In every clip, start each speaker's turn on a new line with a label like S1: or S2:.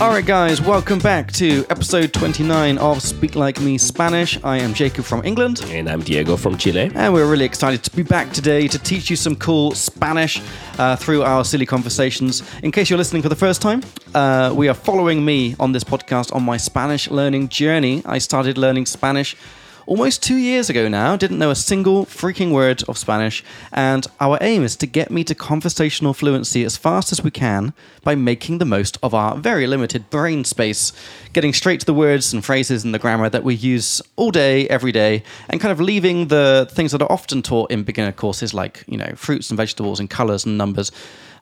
S1: All right, guys, welcome back to episode 29 of Speak Like Me Spanish. I am Jacob from England.
S2: And I'm Diego from Chile.
S1: And we're really excited to be back today to teach you some cool Spanish uh, through our silly conversations. In case you're listening for the first time, uh, we are following me on this podcast on my Spanish learning journey. I started learning Spanish almost two years ago now, didn't know a single freaking word of Spanish, and our aim is to get me to conversational fluency as fast as we can by making the most of our very limited brain space, getting straight to the words and phrases and the grammar that we use all day, every day, and kind of leaving the things that are often taught in beginner courses like, you know, fruits and vegetables and colors and numbers.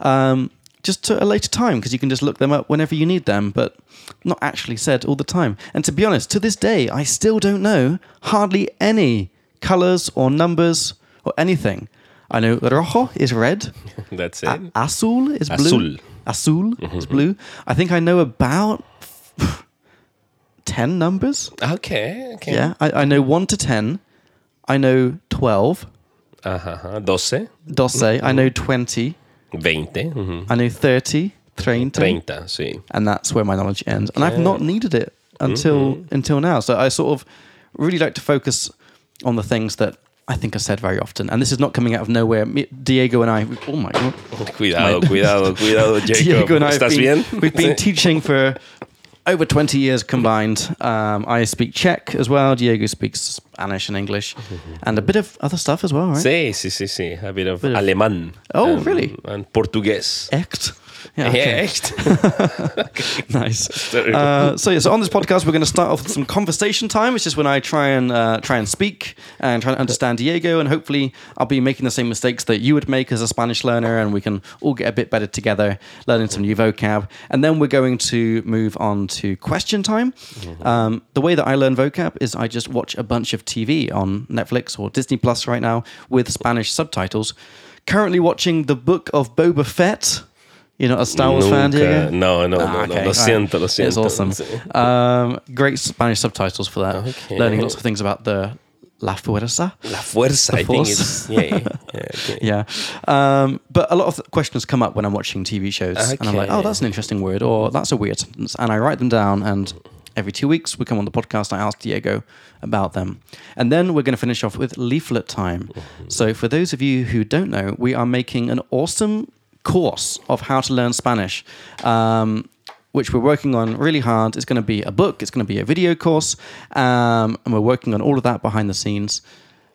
S1: Um, just to a later time because you can just look them up whenever you need them, but not actually said all the time. And to be honest, to this day, I still don't know hardly any colors or numbers or anything. I know rojo is red,
S2: That's
S1: a- azul is blue,
S2: Azul.
S1: azul is blue. I think I know about 10 numbers.
S2: okay, okay.
S1: Yeah, I, I know 1 to 10, I know 12,
S2: Ajá, ajá. 12,
S1: doce, I know 20,
S2: 20, ujú.
S1: I know 30, 30.
S2: 30, sí.
S1: and that's where my knowledge ends. And I've not needed it until until now. So I sort of really like to focus on the things that I think are said very often. And this is not coming out of nowhere. Me- Diego and I, oh my god,
S2: Cuidado, cuidado, cuidado, Jacob.
S1: Diego and I, have
S2: ¿Estás
S1: been,
S2: bien?
S1: we've been
S2: Sí.
S1: teaching for over twenty years combined. Um, I speak Czech as well. Diego speaks Spanish and English, and a bit of other stuff as well, right?
S2: Sí, sí, sí, sí. A bit of alemán. Um,
S1: Oh, really?
S2: And Portugués.
S1: Echt. Yeah,
S2: Yeah,
S1: okay.
S2: echt.
S1: nice.
S2: Very good.
S1: Uh, so yeah, so on this podcast, we're going to start off with some conversation time, which is when I try and uh, try and speak and try and understand Diego, and hopefully I'll be making the same mistakes that you would make as a Spanish learner, and we can all get a bit better together, learning some new vocab, and then we're going to move on to question time. Um, the way that I learn vocab is I just watch a bunch of TV on Netflix or Disney Plus right now with Spanish subtitles. Currently watching the book of Boba Fett. You're not a Star Wars fan,
S2: Nunca.
S1: Diego?
S2: No, no, no, no.
S1: Ah, okay.
S2: Lo siento, lo
S1: It's
S2: siento.
S1: awesome.
S2: Sí.
S1: Um, great Spanish subtitles for that.
S2: Okay.
S1: Learning lots of things about the La Fuerza.
S2: La fuerza, I think
S1: force.
S2: it's. Yeah, yeah, okay.
S1: Yeah. Um, but a lot of questions come up when I'm watching TV shows. And I'm like,
S2: Okay.
S1: oh, that's an interesting word, or that's a weird sentence. And I write them down. And every two weeks, we come on the podcast. I ask Diego about them. And then we're going to finish off with leaflet time. So, for those of you who don't know, we are making an awesome course of how to learn Spanish. Um, which we're working on really hard. It's going to be a book, it's going to be a video course, um, and we're working on all of that behind the scenes.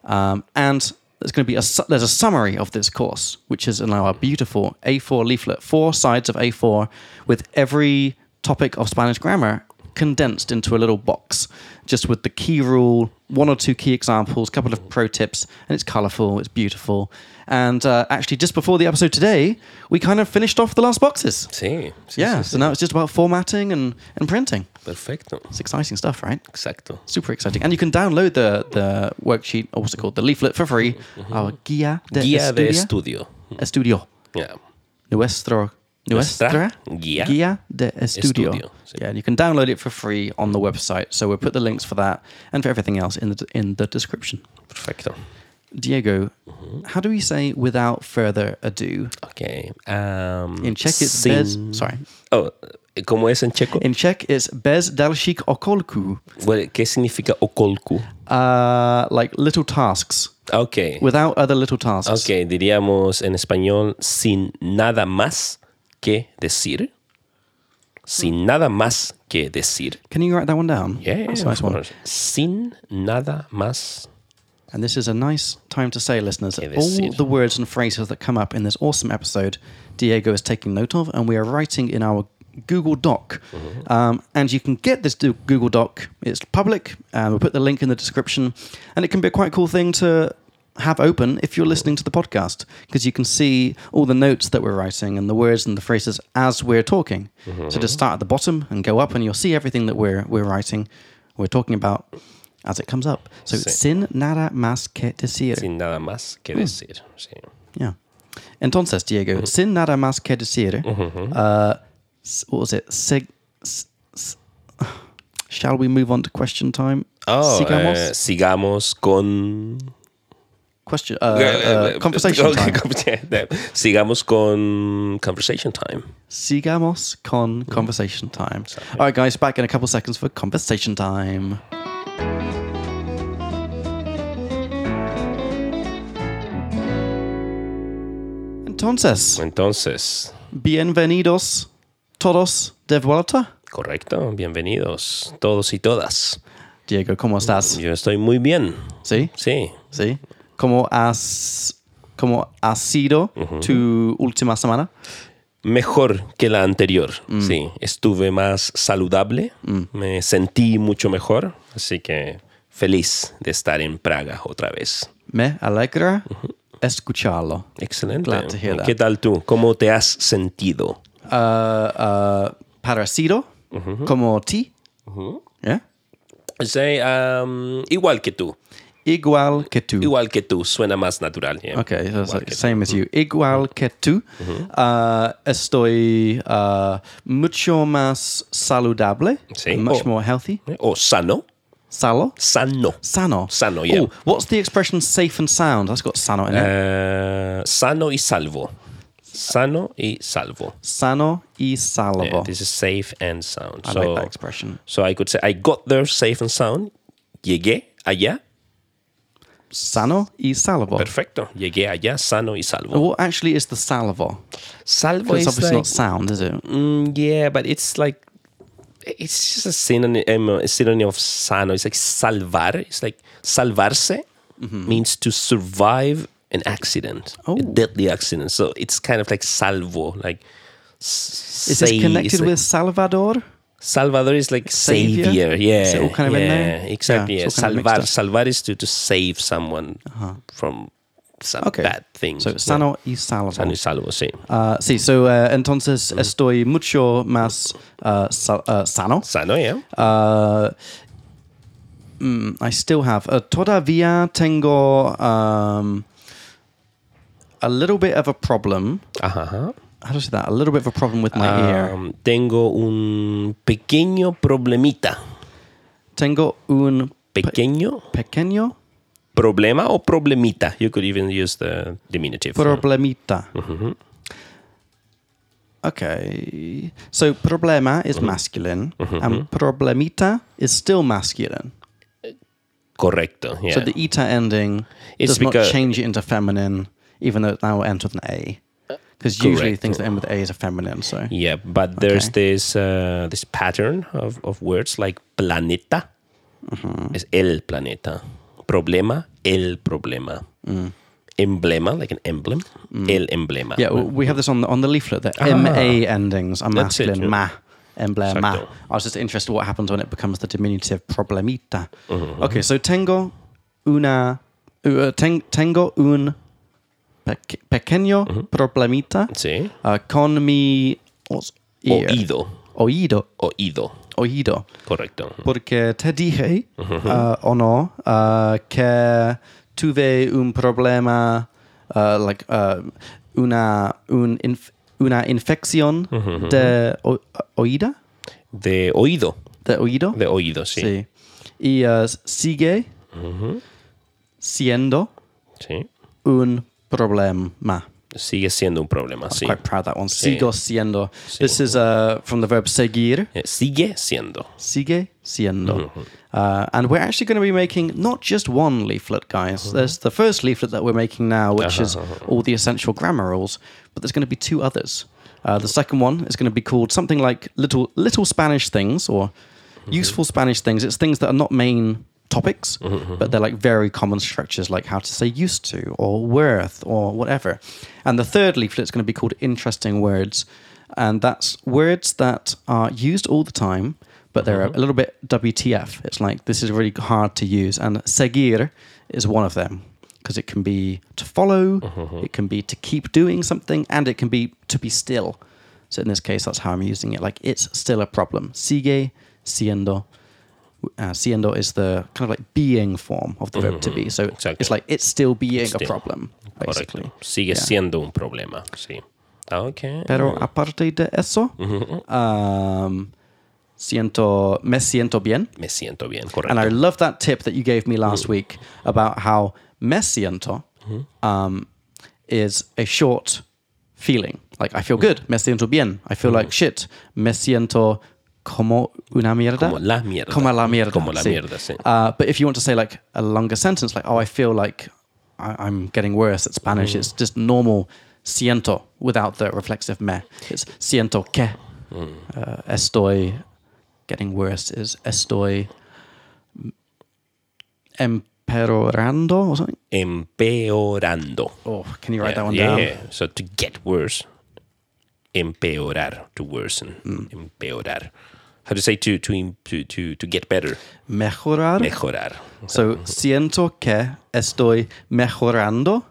S1: Um, and there's going to be a su- there's a summary of this course, which is in our beautiful A4 leaflet, four sides of A4 with every topic of Spanish grammar condensed into a little box, just with the key rule, one or two key examples, couple of pro tips, and it's colourful, it's beautiful. And uh, actually, just before the episode today, we kind of finished off the last boxes.
S2: Sí, sí,
S1: Yeah,
S2: sí,
S1: so
S2: sí.
S1: now it's just about formatting and, and printing.
S2: Perfecto.
S1: It's exciting stuff, right?
S2: Exacto.
S1: Super exciting. And you can download the the worksheet, or what's it called, the leaflet for free. Our Guía de
S2: Mm-hmm. Guía de
S1: Eh, Estudia-
S2: estudio.
S1: Estudio.
S2: Yeah.
S1: Nuestro, nuestra
S2: Nuestra guía.
S1: Guía de Estudio.
S2: Estudio, sí.
S1: Yeah, and you can download it for free on the website. So we'll put the links for that and for everything else in the, in the description.
S2: Perfecto.
S1: Diego,
S2: Mm-hmm.
S1: how do we say without further ado?
S2: Okay. Um,
S1: In Czech, it's
S2: sin-
S1: bez. Sorry.
S2: Oh, ¿cómo es en checo?
S1: In Czech, it's bez dalších okolků,
S2: Well, ¿Qué significa okolku?
S1: uh, like little tasks,
S2: Ok.
S1: without other little tasks.
S2: Ok, diríamos en español sin nada más que decir. Sin nada más que decir.
S1: Can you write that one down?
S2: Yeah,
S1: That's a
S2: of
S1: nice one.
S2: course. Sin nada más.
S1: And this is a nice time to say, listeners, that
S2: It is
S1: all
S2: it.
S1: the words and phrases that come up in this awesome episode, Diego is taking note of, and we are writing in our Google Doc. Um, and you can get this do- Google Doc, it's public, and we'll put the link in the description. And it can be a quite cool thing to have open if you're listening to the podcast, because you can see all the notes that we're writing and the words and the phrases as we're talking. So just start at the bottom and go up, and you'll see everything that we're, we're writing, we're talking about. As it comes up. So
S2: Sí.
S1: Sin nada más que decir.
S2: Sin nada más que decir. Sí.
S1: Yeah. Entonces, Diego, sin nada más que decir. uh, s- what was it? Sig- s- s- shall we move on to question time?
S2: Oh, eh,
S1: Sigamos?
S2: sigamos con
S1: question uh, uh, conversation
S2: Okay,
S1: time.
S2: Sigamos con conversation time.
S1: Sigamos con conversation time. All right, guys, back in a couple seconds for conversation time. Entonces,
S2: Entonces,
S1: bienvenidos todos de vuelta.
S2: correcto, bienvenidos todos y todas.
S1: Diego, ¿cómo estás?
S2: Yo estoy muy bien,
S1: Sí,
S2: sí.
S1: sí. ¿Cómo has, cómo ha sido tu última semana?
S2: Mejor que la anterior,
S1: Mm.
S2: sí. Estuve más saludable, me sentí mucho mejor, así que feliz de estar en Praga otra vez.
S1: Me alegra escucharlo.
S2: Excelente.
S1: Glad to hear that.
S2: ¿Qué tal tú? ¿Cómo te has sentido?
S1: uh, parecido como ti. ¿eh?
S2: Sí, um, igual que tú.
S1: Igual que tú.
S2: Igual que tú, suena más natural. ¿eh? yeah.
S1: Okay, so it's like same as you. Igual que tú. Uh, estoy uh, mucho más saludable.
S2: Sí.
S1: Much
S2: Oh.
S1: more healthy.
S2: O sano.
S1: Salo.
S2: Sano.
S1: Sano.
S2: Sano, yeah.
S1: Ooh, what's the expression safe and sound? That's got sano in it.
S2: Eh, sano y salvo. Sano y salvo.
S1: Sano y
S2: Yeah,
S1: salvo.
S2: this is safe and sound.
S1: I
S2: so,
S1: like that expression.
S2: So I could say I got there safe and sound. Llegué allá.
S1: Sano y salvo.
S2: Perfecto. Llegué allá sano y salvo.
S1: What actually is the salvo?
S2: Salvo
S1: It's
S2: is
S1: Oh, obviously
S2: like,
S1: not sound, is it?
S2: Mm, yeah, but it's like it's just a synonym um, a synonym of sano. It's like salvar. It's like salvarse
S1: Mm-hmm.
S2: means to survive an accident,
S1: Oh.
S2: a deadly accident. So it's kind of like salvo, like s-
S1: Is this
S2: say-
S1: connected
S2: it's like-
S1: with Salvador?
S2: Salvador is like
S1: Savior?
S2: savior. Yeah,
S1: Is it all kind of
S2: yeah,
S1: in there?
S2: exactly.
S1: Yeah,
S2: Yeah,
S1: it's all kind of mixed
S2: salvar,
S1: Uh-huh.
S2: salvar is to to save someone from some
S1: Okay.
S2: bad things.
S1: So sano y salvo.
S2: Sano Mm. y salvo, sí.
S1: Ah, sí, so, eh, entonces estoy mucho más ah, sa- ah, sano.
S2: Sano, yeah.
S1: Ah, mm, I still have. ah, todavía tengo um, a little bit of a problem.
S2: Ajá. ajá.
S1: How do I say that? A little bit of a problem with my ear.
S2: Um, tengo un pequeño problemita.
S1: Tengo un
S2: Pequeño
S1: pequeño
S2: problema o problemita. You could even use the diminutive.
S1: problemita.
S2: Mm-hmm.
S1: Okay. So problema is
S2: Mm-hmm.
S1: masculine and problemita is still masculine.
S2: Correcto. Yeah.
S1: So the eta ending
S2: It's
S1: does not
S2: because-
S1: change it into feminine, even though it now ends with an A. Because usually
S2: Correct.
S1: things that end with A is a feminine. So
S2: yeah, but there's this uh, this pattern of, of words like planeta.
S1: Mm-hmm.
S2: Es el planeta. Problema, el problema. Emblema, like an emblem. El emblema.
S1: Mm. yeah, w- we have this on the on the leaflet. The M A endings are
S2: Ah. That's it,
S1: masculine.
S2: yeah.
S1: Ma. Emblema.
S2: Exacto.
S1: I was just interested what happens when it becomes the diminutive problemita.
S2: Uh-huh,
S1: Okay, so tengo una uh, ten, tengo un peque- pequeño
S2: Uh-huh.
S1: problemita
S2: Sí.
S1: uh, con mi os- ear.
S2: Oído.
S1: oído
S2: Oído.
S1: oído
S2: Correcto.
S1: porque te dije ah, o no ah, que tuve un problema ah, like ah, una un inf- una infección de o- oída
S2: De oído.
S1: de oído
S2: De oído, sí.
S1: sí
S2: Sí.
S1: y ah, sigue siendo un problema
S2: Sigue siendo un problema, sí.
S1: quite proud of that one
S2: Sí.
S1: sigo siendo this is uh, from the verb seguir
S2: Eh, Sigue siendo.
S1: Sigue siendo. Uh, and we're actually going to be making not just one leaflet, guys. There's the first leaflet that we're making now, which is all the essential grammar rules, but there's going to be two others. Uh, the second one is going to be called something like Little, little Spanish Things or Useful Spanish Things. It's things that are not main topics, but they're like very common structures, like how to say used to or worth or whatever. And the third leaflet's going to be called Interesting Words. And that's words that are used all the time, but they're
S2: Mm-hmm.
S1: a little bit WTF. It's like this is really hard to use. And seguir is one of them because it can be to follow,
S2: Mm-hmm.
S1: it can be to keep doing something, and it can be to be still. So in this case, that's how I'm using it. Like it's still a problem. Sigue siendo. Uh, siendo is the kind of like being form of the verb to be. So
S2: Mm-hmm. Exactly.
S1: it's like it's still being a
S2: Still.
S1: problem, basically.
S2: Correcto. Sigue siendo un problema, sí. Ah, Ok.
S1: Pero aparte de eso,
S2: Mm-hmm.
S1: um, siento, me siento bien.
S2: Me siento bien,
S1: And I
S2: correcto.
S1: love that tip that you gave me last week about how me siento
S2: Hmm?
S1: um, is a short feeling. Like, I feel
S2: Hmm.
S1: good. Me siento bien. I feel like shit. Me siento como una mierda.
S2: Como la mierda.
S1: Como la mierda.
S2: Como la
S1: sí.
S2: mierda, sí.
S1: Uh, but if you want to say like a longer sentence, like, oh, I feel like I- I'm getting worse at Spanish,
S2: Mm.
S1: it's just normal siento without the reflexive me. It's siento que.
S2: Mm.
S1: Uh, estoy getting worse is estoy empeorando or something.
S2: Empeorando.
S1: Oh, can you write that one
S2: yeah,
S1: down?
S2: yeah. So to get worse. Empeorar. To worsen.
S1: Mm.
S2: Empeorar. How to say to to im- to to, to get better.
S1: Mejorar.
S2: Mejorar. Mm.
S1: so siento que estoy mejorando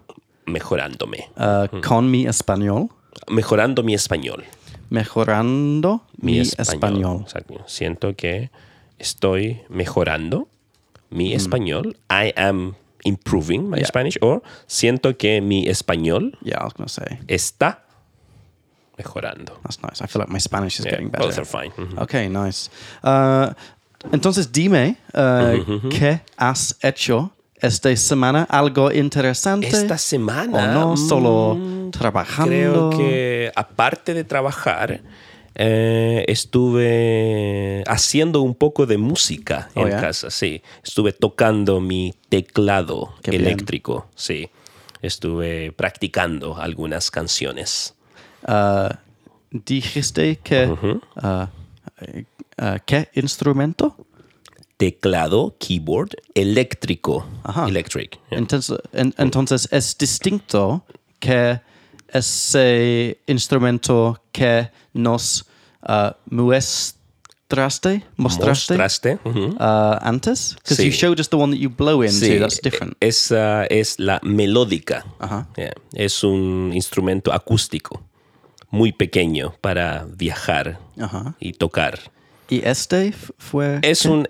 S2: Mejorándome.
S1: uh, con mi español.
S2: Mejorando mi español.
S1: Mejorando mi, español.
S2: Exacto. Siento que estoy mejorando mi
S1: Mm.
S2: español. I am improving my Spanish. Or siento que mi español
S1: Yeah, I was gonna say
S2: está mejorando.
S1: that's nice. I feel like my Spanish is
S2: Yeah,
S1: getting
S2: both
S1: better.
S2: are fine. Mhm.
S1: Okay, nice. Uh, entonces dime uh,
S2: Mm-hmm,
S1: qué has hecho esta semana algo interesante.
S2: Esta
S1: o
S2: semana
S1: no solo
S2: mm,
S1: trabajando.
S2: creo que aparte de trabajar eh, estuve haciendo un poco de música
S1: Oh,
S2: en
S1: yeah?
S2: casa, sí. Estuve tocando mi teclado
S1: Qué bien.
S2: eléctrico, sí. Estuve practicando algunas canciones.
S1: Uh, dijiste que
S2: Mm-hmm.
S1: uh, uh, qué instrumento.
S2: Teclado, keyboard, eléctrico,
S1: Ajá.
S2: electric. yeah.
S1: Entonces, en- entonces es distinto que ese instrumento que nos uh, muestraste, mostraste,
S2: Mostraste, Hmm. ujú.
S1: uh, antes. Because
S2: Sí.
S1: you showed us the one that you blow into.
S2: Sí, eh,
S1: That's different.
S2: Esa es la melódica.
S1: Ajá.
S2: Yeah. Es un instrumento acústico muy pequeño para viajar
S1: Ajá.
S2: y tocar.
S1: Uh-huh. ¿Y este f- fue?
S2: Es un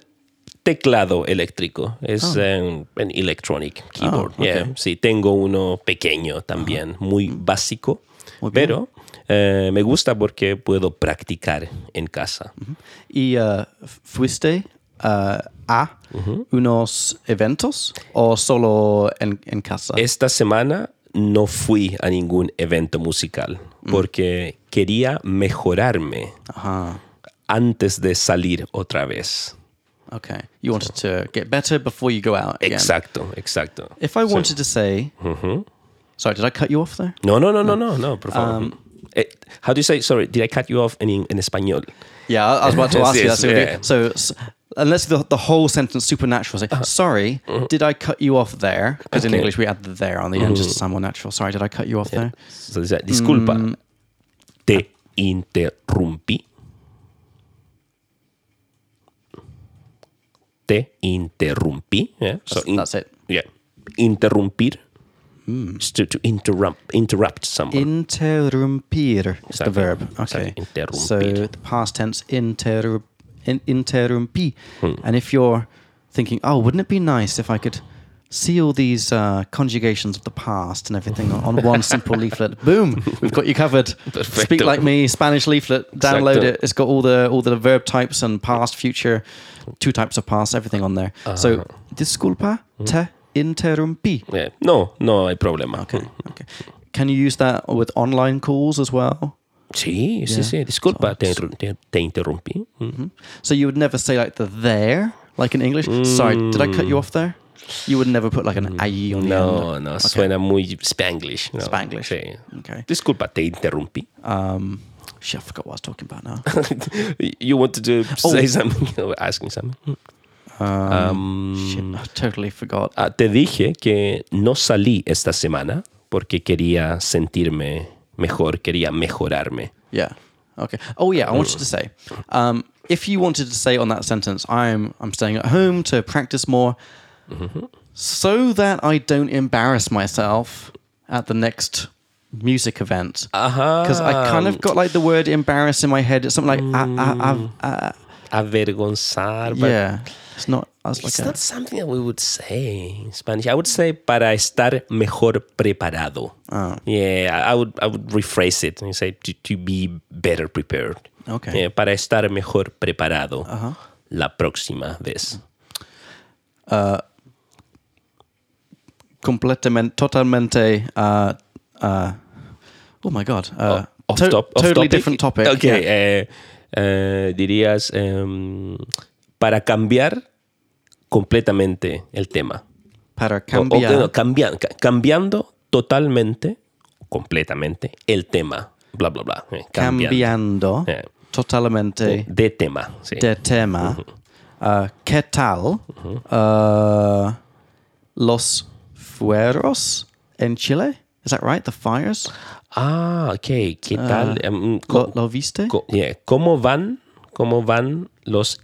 S2: teclado eléctrico, es eh, un an electronic keyboard.
S1: Ah, ok.
S2: yeah. Sí, tengo uno pequeño también, muy básico,
S1: Mm. Muy bien.
S2: pero eh, me gusta porque puedo practicar en casa.
S1: ¿Y uh, f- fuiste uh, a unos eventos o solo en, en casa?
S2: Esta semana no fui a ningún evento musical porque quería mejorarme
S1: Ajá.
S2: antes de salir otra vez.
S1: Okay. You wanted to get better before you go out again.
S2: Exacto, exacto.
S1: If I
S2: Sí.
S1: wanted to say, sorry, did I cut you off there?
S2: No, no, no, no, no, no, por favor. Eh, how do you say, sorry, did I cut you off in, en español?
S1: Yeah, I I was about to
S2: Yes,
S1: ask you.
S2: yes,
S1: That's what I do.
S2: yeah.
S1: So, s unless the, the whole sentence supernatural, say, sorry, did I cut you off there? Because in
S2: Okay.
S1: English we add the there on the end just to sound more natural. Sorry, did I cut you off there?
S2: So, dice, Disculpa, te interrumpí. Te interrumpí. Yeah. So
S1: That's- that's it.
S2: Yeah. Interrumpir.
S1: Mm.
S2: It's To, to interrupt, interrupt someone.
S1: Interrumpir is the
S2: Exactly.
S1: verb. Okay.
S2: Exactly. Interrumpir.
S1: So the past tense inter in, interrumpi.
S2: Hmm.
S1: And if you're thinking, oh, wouldn't it be nice if I could see all these uh, conjugations of the past and everything on, on one simple leaflet? Boom, we've got you covered. Speak
S2: Perfecto.
S1: like me, Spanish leaflet. Download
S2: Exacto.
S1: it. It's got all the all the verb types and past, future, two types of past, everything on there. So
S2: Uh-huh.
S1: disculpa te interrumpi.
S2: Yeah. No, no hay problema. Mm.
S1: Okay. Okay. Can you use that with online calls as well?
S2: Sí, sí,
S1: Yeah.
S2: sí. Disculpa, te, interru- te- te interrumpí. Mhm.
S1: So you would never say like the there, like in English. Sorry, did I cut you off there? You would never put like an IE on the
S2: No,
S1: end.
S2: no, suena muy spanglish. no.
S1: Spanglish.
S2: Sí.
S1: Okay.
S2: Disculpa, te interrumpí.
S1: Um, shit, I forgot what I was talking about now.
S2: you wanted to
S1: Oh.
S2: say something, or asking something. Mm. Um,
S1: shit, I totally forgot.
S2: Ah, te dije que no salí esta semana porque quería sentirme mejor, quería mejorarme.
S1: Yeah. Okay. Oh yeah, I wanted to say, um, if you wanted to say on that sentence, I'm I'm staying at home to practice more, so that I don't embarrass myself at the next music event.
S2: Ajá.
S1: Because I kind of got like the word embarrass in my head. It's something like ah, ah, ah, ah,
S2: avergonzar. Mm. but
S1: yeah. It's not. I was
S2: It's
S1: like, a-
S2: not something that we would say in Spanish. I would say para estar mejor preparado.
S1: Ah.
S2: Yeah, I- I would I would rephrase it and say to, to be better prepared.
S1: Okay. Uh-huh.
S2: Yeah, para estar mejor preparado la próxima vez.
S1: completamente, totalmente. Uh, uh, oh my god. Uh,
S2: Off
S1: to-
S2: top- off
S1: totally
S2: topic.
S1: different topic.
S2: Ok,
S1: Yeah.
S2: eh, eh, dirías, em, para cambiar completamente el tema.
S1: Para
S2: O- o-
S1: cambiar.
S2: no, cambia- ca- cambiando totalmente, completamente, el tema. Bla, bla, bla. eh, cambiando.
S1: cambiando
S2: Yeah.
S1: totalmente
S2: De tema. sí.
S1: de tema.
S2: Mm-hmm.
S1: Uh, ¿Qué tal uh, los fueros en Chile? Is that right? The fires?
S2: Ah, ok. ¿Qué tal? Em,
S1: ¿Lo,
S2: co-
S1: lo viste?
S2: co- yeah, ¿Cómo van? ¿Cómo van los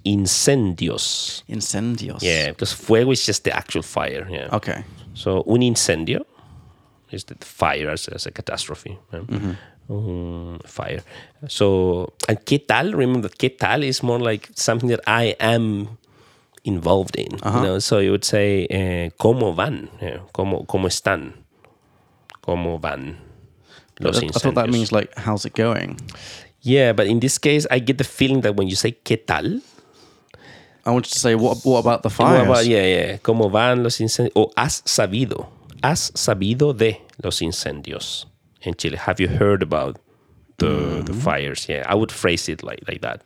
S2: incendios?
S1: Incendios.
S2: Yeah, because fuego is just the actual fire. Yeah.
S1: Okay.
S2: So, un incendio is the fire as, as a catastrophe. right?
S1: Mm-hmm.
S2: Um, fire. So, and qué tal, remember, qué tal is more like something that I am involved in.
S1: Uh-huh.
S2: You know? So, you would say, eh, ¿cómo van? Yeah, ¿Cómo, ¿Cómo están? ¿Cómo van los
S1: I thought that
S2: incendios?
S1: means like, how's it going?
S2: Yeah, but in this case, I get the feeling that when you say qué tal,
S1: I wanted to say, what, what about the
S2: Como
S1: fires?
S2: va- yeah, yeah. ¿Cómo van los incendios? O has sabido, has sabido de los incendios en Chile. Have you heard about the, the
S1: Mm-hmm.
S2: fires? Yeah, I would phrase it like, like that.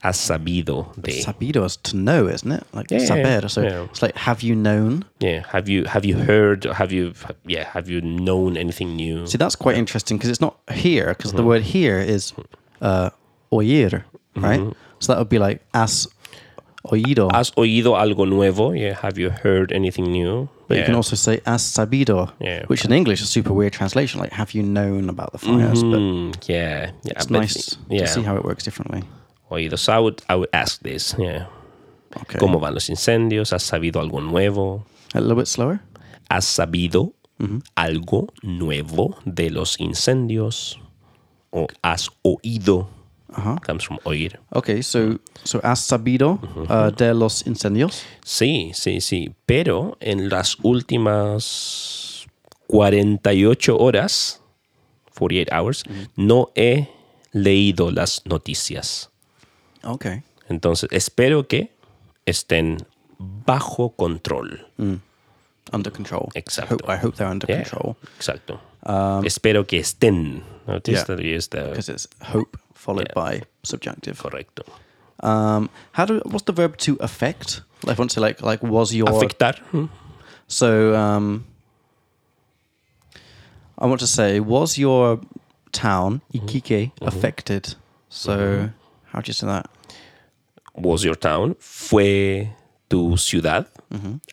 S2: Has sabido de.
S1: Sabido is to know, isn't it? Like
S2: Yeah, yeah,
S1: saber. So
S2: yeah.
S1: it's like, have you known?
S2: Yeah, have you have you heard? or Have you yeah? Have you known anything new?
S1: See, that's quite interesting because it's not here, because
S2: Mm-hmm.
S1: the word here is uh, oír, right? So that would be like as oído.
S2: Has oído algo nuevo? Yeah, have you heard anything new?
S1: but
S2: yeah.
S1: you can also say as sabido,
S2: Yeah.
S1: which in English is a super weird translation. Like, have you known about the fires? But
S2: Mm, yeah, yeah.
S1: it's
S2: but-
S1: nice
S2: Yeah,
S1: to see how it works differently.
S2: oído. So I would I would ask this. Yeah,
S1: Okay.
S2: ¿cómo van los incendios? ¿Has sabido algo nuevo?
S1: A little bit slower.
S2: ¿Has sabido algo nuevo de los incendios? ¿O has oído? Comes from oír.
S1: Okay, so so as sabido
S2: Mm-hmm.
S1: uh, de los incendios.
S2: Sí, sí, sí. Pero en las últimas 48 horas, 48 hours, no he leído las noticias.
S1: Okay.
S2: Entonces, espero que estén bajo control.
S1: Under control.
S2: Exacto.
S1: Hope, I hope they're under
S2: Yeah,
S1: control
S2: Exacto. espero que estén. Notice
S1: Yeah.
S2: that is the-
S1: because it's hope followed by subjunctive.
S2: correcto.
S1: Um, how do what's the verb to affect? Like, I want to say like like was your
S2: Afectar. mm.
S1: so um, I want to say was your town
S2: Mm-hmm.
S1: Iquique affected? So how do you say that?
S2: was your town, fue tu ciudad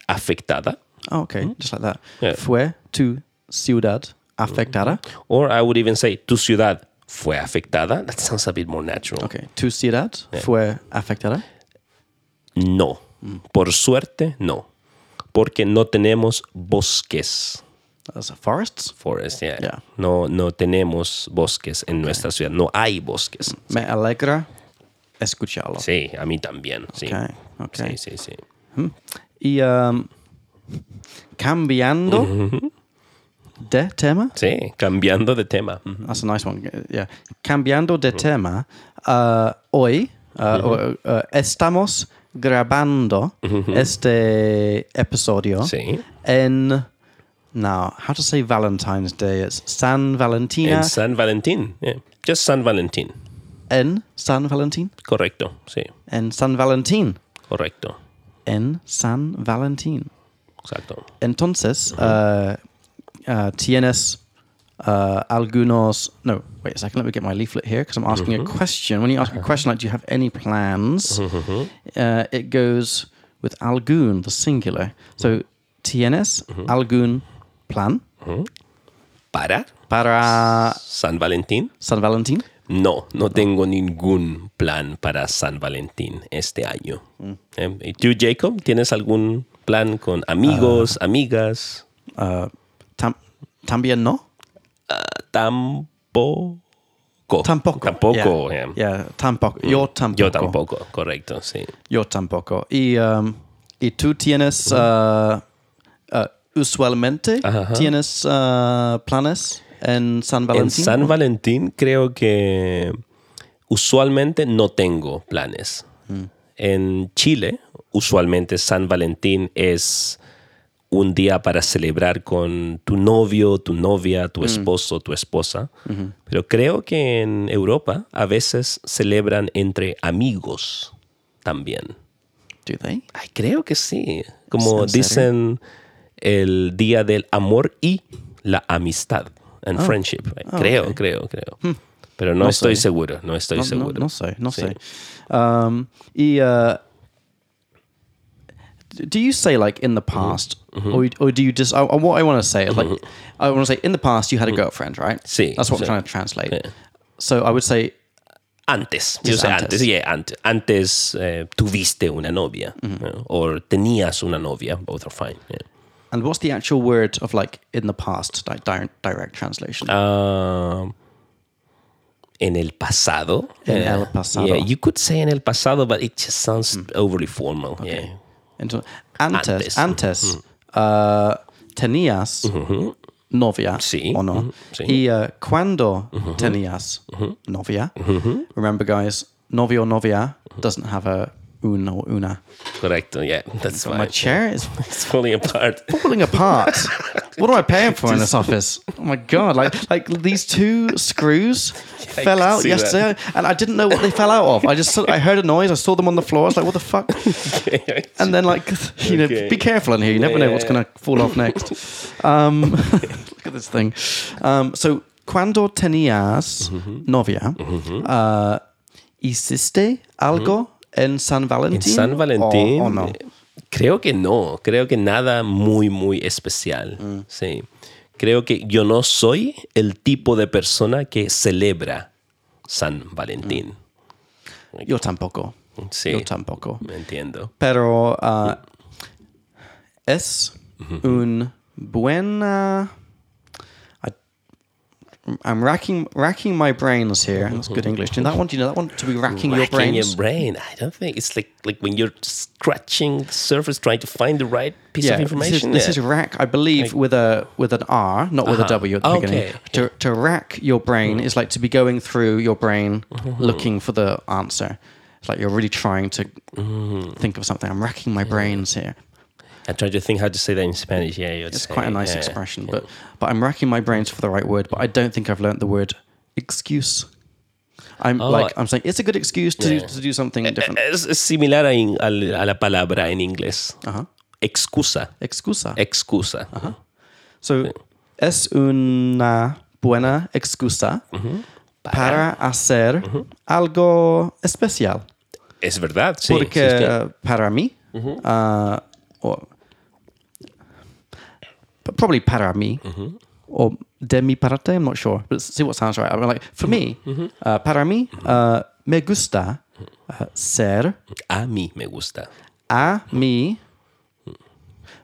S2: afectada.
S1: Oh, okay, just like that.
S2: Mm-hmm. Yeah. Mm-hmm.
S1: Fue tu ciudad afectada?
S2: Or I would even say tu ciudad fue afectada. That sounds a bit more natural.
S1: Okay, tu ciudad fue afectada.
S2: No. Por suerte, no. Porque no tenemos bosques.
S1: That's forests.
S2: Forest, yeah.
S1: Yeah.
S2: No, no tenemos bosques en nuestra ciudad. No hay bosques.
S1: Me alegra escucharlo.
S2: Sí, a mí también. Sí.
S1: Okay, okay.
S2: Sí, sí, sí.
S1: Y um, cambiando de tema.
S2: Sí, cambiando de tema.
S1: That's a nice one. Yeah. Cambiando de tema, uh, hoy uh, uh, uh, estamos grabando este episodio
S2: Sí.
S1: en. Now, how to say Valentine's Day? It's San Valentina.
S2: En San Valentín. yeah. Just San Valentín.
S1: En San Valentin.
S2: Correcto. Sí,
S1: En San Valentin.
S2: correcto.
S1: En San Valentin.
S2: Exacto.
S1: Entonces, uh, uh, tienes uh, algunos. No, wait a second. Let me get my leaflet here because I'm asking a
S2: Mm-hmm.
S1: question. When you ask a question like, "Do you have any plans?"
S2: mm-hmm.
S1: Uh, it goes with algún, the singular. So, tienes
S2: Mm-hmm.
S1: algún plan
S2: ¿Para?
S1: para
S2: San Valentín.
S1: San Valentín?
S2: No, no tengo ningún plan para San Valentín este año. Em, ¿Y tú, Jacob, tienes algún plan con amigos, amigas?
S1: uh, Tam- también no.
S2: Ah, tampoco.
S1: Tampoco.
S2: Tampoco.
S1: Yeah.
S2: em.
S1: Yeah, tampoco. Yo tampoco.
S2: Yo tampoco, correcto, sí.
S1: Yo tampoco. Y, um, y tú tienes,
S2: Mm-hmm.
S1: uh, uh, usualmente, tienes uh, planes en San
S2: En
S1: Valentín.
S2: San Valentín creo que usualmente no tengo
S1: Mm.
S2: planes. En Chile, usualmente San Valentín es un día para celebrar con tu novio, tu novia,
S1: Mm.
S2: tu esposo, tu esposa. Pero creo que en Europa a veces celebran entre amigos también.
S1: Do they?
S2: Ay, creo que sí. Como
S1: ¿En serio?
S2: dicen el día del amor y la amistad.
S1: Ah.
S2: And friendship. creo, creo, creo. Pero no, estoy
S1: Hmm. sé.
S2: seguro, no estoy
S1: No, no,
S2: seguro.
S1: no sé, no
S2: Sí.
S1: sé. Um, y, uh, do you say like in the
S2: Mm-hmm.
S1: past, or, or do you just? I, I- what I want to say is like,
S2: Mm-hmm.
S1: I want to say in the past you had a girlfriend, right?
S2: See,
S1: that's what
S2: so-
S1: I'm trying to translate.
S2: Mm-hmm. yeah.
S1: So I would say
S2: Antes, yo
S1: Just
S2: sé
S1: antes.
S2: antes, yeah, antes, antes eh, tuviste una novia o tenías una novia, both are fine. yeah.
S1: And what's the actual word of like in the past, like di- direct translation?
S2: Um, en el pasado.
S1: En
S2: yeah.
S1: el pasado. Hmm.
S2: Yeah, you could say en el pasado, but it just sounds overly formal. yeah.
S1: Into, antes, antes,
S2: antes. Mm-hmm.
S1: uh, tenías novia
S2: Sí,
S1: or no?
S2: mhm, sí.
S1: Y
S2: Mm-hmm.
S1: uh, cuando tenías novia? Remember, guys, novio novia
S2: Mm-hmm.
S1: doesn't have a un or una.
S2: Correcto, yeah, that's why.
S1: My chair is
S2: It's falling apart.
S1: falling apart. what am I paying for in this office? Oh my god! Like like these two screws fell
S2: can
S1: out
S2: see that.
S1: yesterday, and I didn't know what they fell out of. I just saw, I heard a noise. I saw them on the floor. I was like, what the fuck? And then like you know,
S2: Okay.
S1: be careful in here. You never
S2: Yeah,
S1: know
S2: yeah,
S1: what's
S2: yeah.
S1: gonna fall off next. Um, look at this thing. Um, so cuando tenías
S2: Mm-hmm.
S1: novia, uh, hiciste algo en San Valentín?
S2: Mm-hmm. En San
S1: o-
S2: Valentín.
S1: o no?
S2: eh, Creo que no. Creo que nada muy, muy especial.
S1: Mm.
S2: Sí. Creo que yo no soy el tipo de persona que celebra San Valentín.
S1: Yo tampoco.
S2: Sí.
S1: Mm. Yo tampoco.
S2: Me entiendo.
S1: Pero ah,
S2: Mm-hmm.
S1: es un buena. I, I'm racking racking my brains here. That's good English. Do you know that one? Do you know that one? To be racking, your
S2: Mm-hmm. Racking
S1: brains.
S2: your brain. I don't think it's like like when you're scratching the surface trying to find the right piece
S1: this
S2: of
S1: is-
S2: information.
S1: This is,
S2: Yeah.
S1: rack, I believe, with a with an R, not with a
S2: Uh-huh.
S1: W at the
S2: Okay. Mm-hmm.
S1: beginning. To, to rack your brain is like to be going through your brain, looking for the answer. It's like you're really trying to
S2: Mm-hmm.
S1: think of something. I'm racking my brains here.
S2: I'm trying to think how to say that in Spanish. Yeah, you'd
S1: It's
S2: say,
S1: quite a nice
S2: yeah.
S1: expression, but but I'm racking my brains for the right word, but I don't think I've learnt the word excuse. I'm
S2: Oh,
S1: like I'm saying it's a good excuse to do,
S2: Yeah.
S1: to do something different.
S2: Es es similar a, in- al- a la palabra en inglés.
S1: Ajá.
S2: Excusa.
S1: Excusa.
S2: Excusa.
S1: so es una buena excusa
S2: Mm-hmm.
S1: para hacer algo especial
S2: Es verdad, sí.
S1: porque
S2: sí, es que-
S1: uh, para mí uh, or- but probably para mi or de mi parte. I'm not sure, but see what sounds right. I mean, like for me, uh, para mi uh, me gusta uh, ser
S2: a mí me gusta.
S1: a mi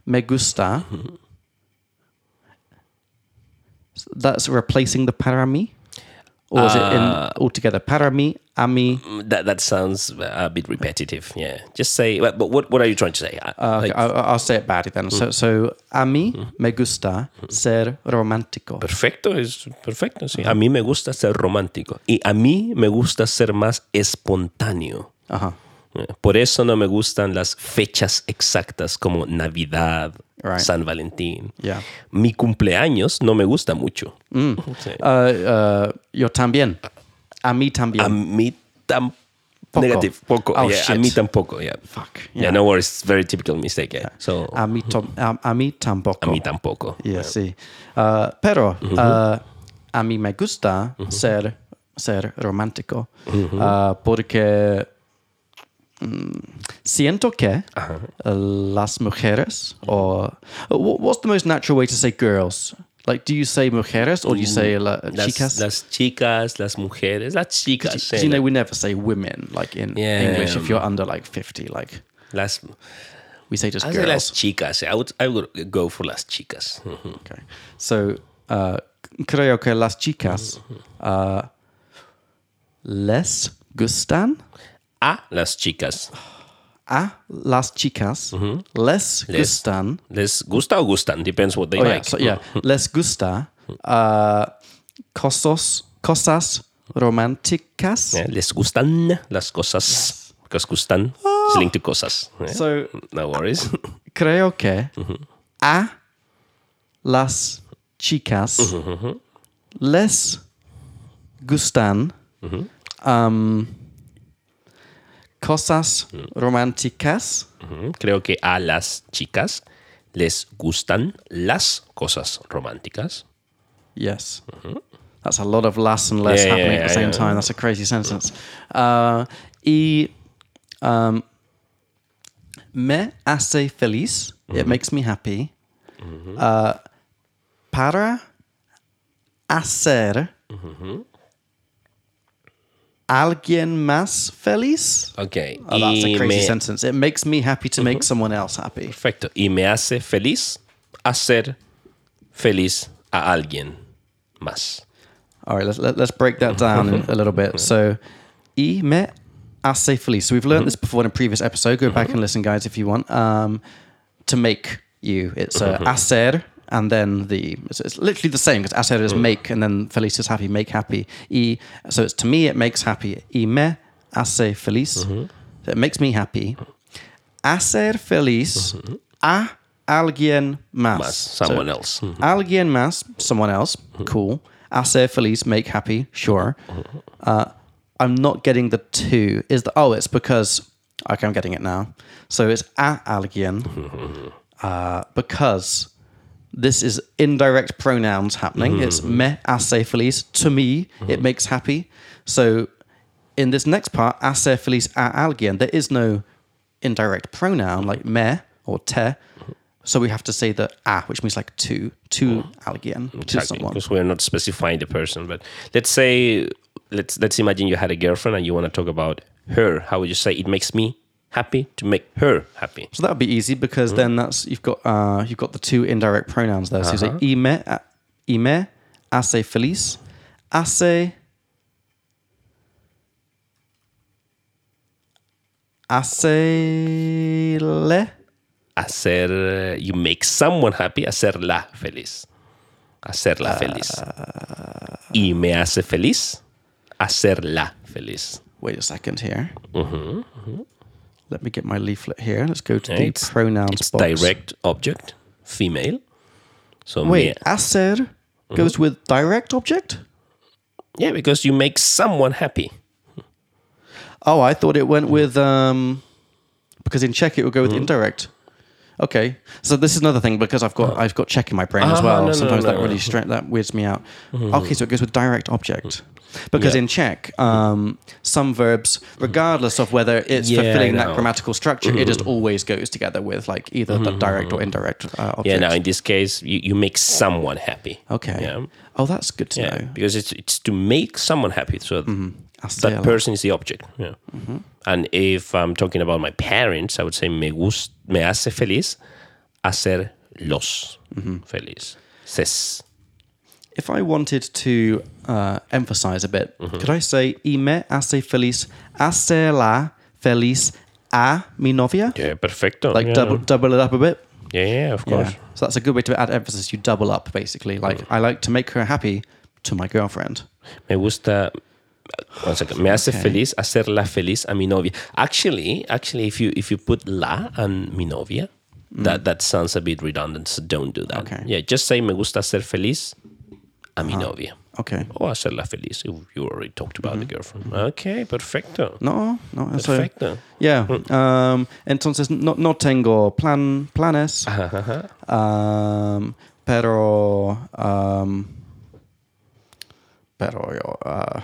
S1: me gusta. So That's replacing the para mi, or is it in altogether para mi a mi?
S2: Mm, That, that sounds a bit repetitive. Yeah. Just say, but, but what, what are you trying to say? Ah, I-
S1: Ah, Okay,
S2: like, Mm. Mm-hmm.
S1: I, I'll say it badly then. So, so a mí me gusta ser romántico.
S2: perfecto, es perfecto. Sí. A mí me gusta ser romántico. Y a mí me gusta ser más espontáneo.
S1: Ajá.
S2: Eh, Por eso no me gustan las fechas exactas como Navidad,
S1: Right.
S2: San Valentín.
S1: Yeah.
S2: Mi cumpleaños no me gusta mucho. Sí.
S1: Uh, uh, yo también. A mí también.
S2: A mí tampoco.
S1: Poco.
S2: Negative, poco.
S1: Oh,
S2: yeah, a
S1: shit.
S2: mí tampoco, yeah.
S1: Fuck.
S2: Yeah, no worries. It's very typical mistake. Yeah. Oh. So
S1: A mí, tom- a, a mí tampoco.
S2: a mí tampoco.
S1: Yeah, sí. Uh, pero
S2: Mm-hmm.
S1: uh, a mí me gusta ser, ser romántico
S2: Mm-hmm.
S1: uh, porque mm, siento que las mujeres or uh, wha- what's the most natural way to say girls? Like, do you say mujeres or do you
S2: Mm,
S1: say la,
S2: Las
S1: chicas?
S2: las chicas, las mujeres, las chicas.
S1: 'Cause
S2: eh,
S1: you know, we never say women like in
S2: Yeah.
S1: English if you're under like fifty. Like
S2: las,
S1: we say just
S2: I would say
S1: girls.
S2: las chicas. eh. I would I would go for las chicas. Mhm.
S1: Okay. So, uh, creo que las chicas
S2: Mm-hmm.
S1: uh, les gustan
S2: A las chicas.
S1: a las chicas les,
S2: Mm-hmm. Les.
S1: gustan.
S2: Les gusta o gustan depends what they
S1: Oh, yeah,
S2: like.
S1: so, yeah. les gusta
S2: Mm-hmm.
S1: uh, cosas cosas románticas.
S2: Yeah, Hmm. Eh, Les gustan las cosas. Ah. Eh, Because gustan is linked to cosas. Yeah.
S1: So
S2: no worries.
S1: creo que a las chicas les gustan um, cosas románticas.
S2: Ujú, Hmm. Creo que a las chicas les gustan las cosas románticas.
S1: Yes. That's a lot of less and less
S2: Mm-hmm. Yeah, yeah,
S1: happening at
S2: yeah,
S1: the same
S2: yeah.
S1: time. That's a crazy sentence. Uh, y um, me hace feliz.
S2: Mm-hmm.
S1: It makes me happy. Uh, para hacer
S2: Mm-hmm.
S1: alguien más feliz.
S2: Ok.
S1: Oh, that's
S2: y
S1: a crazy
S2: me- Mm-hmm.
S1: sentence. It makes me happy to make someone else happy.
S2: perfecto. Y me hace feliz hacer feliz a alguien más.
S1: All right, let's let, let's break that down in a little bit. So, y me hace feliz. So we've learned
S2: Mm-hmm.
S1: this before in a previous episode. Go back and listen, guys, if you want. Um, to make you, it's
S2: Mm-hmm.
S1: uh, hacer, and then the it's, it's literally the same because hacer
S2: Mm.
S1: is make, and then feliz is happy, make happy. Y so it's to me it makes happy. Y me hace feliz.
S2: Mm-hmm.
S1: So it makes me happy. Hacer feliz a alguien más.
S2: Mm-hmm. Más,
S1: So
S2: someone else. Hmm. Ujú.
S1: Alguien más, someone else, cool. Hacer feliz, make happy, sure. Uh, I'm not getting the two. Is the oh? It's because okay, I'm getting it now. So it's a alguien uh, because this is indirect pronouns happening. It's me hace feliz to me. It makes happy. So in this next part, hacer feliz a alguien. There is no indirect pronoun like me or te. So we have to say the a, which means like to, to alguien, to
S2: Exactly,
S1: someone.
S2: because we're not specifying the person. But let's say, let's let's imagine you had a girlfriend and you want to talk about her. How would you say it makes me happy to make her happy?
S1: So that would be easy because
S2: Mm-hmm.
S1: then that's you've got uh, you've got the two indirect pronouns there. So
S2: Uh-huh.
S1: you say ime, a- ime, hace feliz, hace, hace le.
S2: Hacer you make someone happy, hacerla feliz, hacerla feliz. Y me hace feliz, hacerla feliz.
S1: Wait a second here.
S2: Mm-hmm,
S1: Let me get my leaflet here. Let's go to the
S2: It's-
S1: pronouns
S2: It's
S1: box.
S2: direct object, female. So me-
S1: Wait, hacer
S2: Mm-hmm.
S1: goes with direct object.
S2: yeah, because you make someone happy.
S1: Oh, I thought it went with um, because in Czech it would go
S2: Hmm.
S1: with indirect. Okay, so this is another thing because I've got I've got Czech in my brain as
S2: Ah,
S1: well.
S2: no, no,
S1: Sometimes
S2: no,
S1: that
S2: no.
S1: really stra- that weirds me out. Okay, so it goes with direct object because
S2: Hmm. Yeah.
S1: in Czech um, some verbs, regardless of whether it's
S2: Yeah, Hmm. I
S1: fulfilling that
S2: know.
S1: grammatical structure, it just always goes together with like either the direct or indirect uh, object.
S2: Hmm. Yeah, now in this case, you, you make someone happy.
S1: Okay.
S2: Yeah.
S1: Oh, that's good to
S2: Yeah,
S1: know.
S2: because it's it's to make someone happy. So
S1: Hacerla.
S2: that person is the object. Yeah.
S1: Mm-hmm.
S2: And if I'm talking about my parents, I would say me gust, me hace feliz, hacer los
S1: Mm-hmm.
S2: feliz. Ses.
S1: If I wanted to uh, emphasize a bit,
S2: Mm-hmm.
S1: could I say y me hace feliz hacerla feliz a mi novia?
S2: Yeah, perfecto.
S1: Like
S2: yeah.
S1: double double it up a bit.
S2: Yeah, yeah, Mm-hmm. of course.
S1: So that's a good way to add emphasis. You double up basically. Like I like to make her happy to my girlfriend.
S2: Me gusta. One second. Me hace
S1: Okay.
S2: feliz hacerla feliz a mi novia. Actually, actually, if you if you put la and mi novia,
S1: Mm.
S2: that that sounds a bit redundant. So don't do that.
S1: Okay.
S2: Yeah, just say me gusta hacer feliz a mi novia.
S1: Okay.
S2: O hacerla feliz. You you already talked about the girlfriend. Okay, perfecto.
S1: No, no. so-
S2: Perfecto.
S1: yeah.
S2: Hmm.
S1: Um, entonces no, no tengo plan planes. Um, pero um, pero yo. Uh,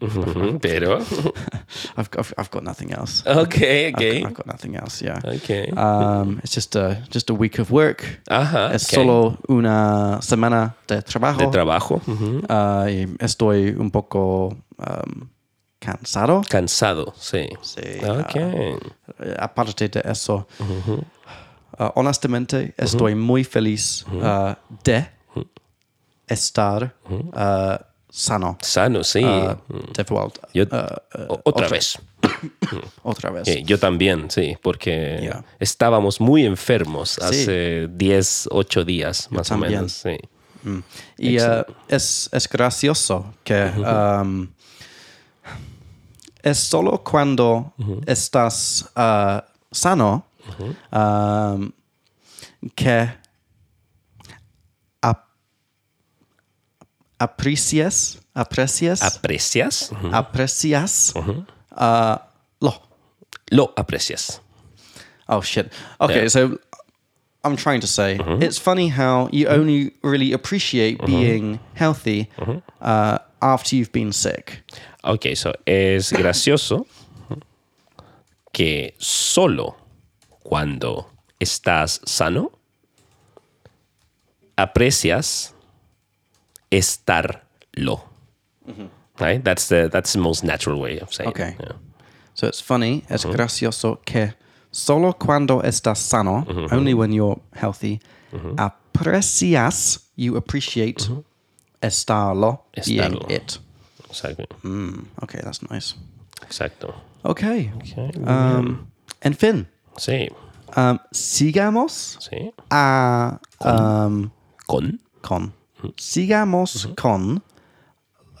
S2: Mhm, Pero.
S1: I've, I've, I've got nothing else.
S2: Okay,
S1: I've got-
S2: okay.
S1: I've, got nothing else. Yeah.
S2: Okay.
S1: Um, it's just a just a week of work.
S2: Ajá.
S1: Es
S2: okay.
S1: solo una semana de trabajo.
S2: De trabajo. ujú.
S1: Ah, y estoy un poco um, cansado.
S2: Cansado, sí.
S1: Sí,
S2: Okay. Mm-hmm.
S1: Eh, Aparte de eso, ah, honestamente estoy muy feliz
S2: Mm-hmm.
S1: ah, de estar ah, sano.
S2: Sano, Mm-hmm. sí. Mm.
S1: Ah, de vuelta.
S2: Yo-
S1: Ah, ah,
S2: O- otra vez.
S1: otra vez.
S2: Eh, yo también, sí, porque
S1: Ya.
S2: estábamos muy enfermos
S1: Sí.
S2: hace 10, 8 días, más
S1: también.
S2: o menos. Sí.
S1: Y eh, es, es gracioso que um, es solo cuando estás ah, sano um, que aprecias, aprecias,
S2: aprecias, ujú,
S1: aprecias, uh, lo.
S2: lo aprecias.
S1: Oh shit. Okay,
S2: Yeah. Mm-hmm.
S1: so I'm trying to say it's funny how you only really appreciate being healthy
S2: Mm-hmm.
S1: uh, after you've been sick.
S2: Ok, so es gracioso que solo cuando estás sano aprecias estarlo. Right? That's the that's the most natural way of saying
S1: Okay.
S2: it. Yeah. Mm-hmm.
S1: So it's funny. Es gracioso que solo cuando estás sano,
S2: Mm-hmm.
S1: only when you're healthy, aprecias. You appreciate estarlo, being
S2: Mm-hmm. Estarlo.
S1: it.
S2: Exacto.
S1: Mm. Okay, that's nice.
S2: Exacto.
S1: Okay.
S2: Okay, muy
S1: Um, and Finn,
S2: Sí,
S1: um, sigamos
S2: sí.
S1: a um,
S2: Con.
S1: con. Sigamos con.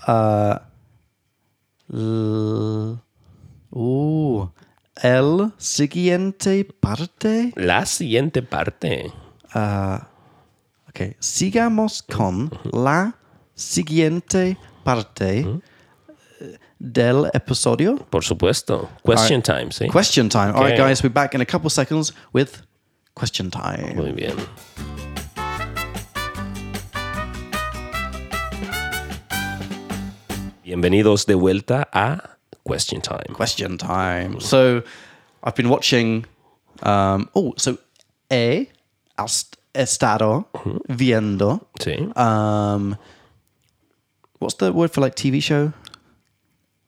S1: Uh, l- uh, el siguiente parte.
S2: La siguiente parte.
S1: Okay. Sigamos con la siguiente parte eh, del episodio.
S2: Por supuesto. Question time, sí.
S1: Question time. All right,
S2: Okay.
S1: guys, we're back in a couple seconds with question time.
S2: Muy bien. Bienvenidos de vuelta a Question Time.
S1: Question time. So I've been watching. Um, oh, so he has estado
S2: Uh-huh.
S1: viendo.
S2: Sí.
S1: Um, what's the word for like TV show?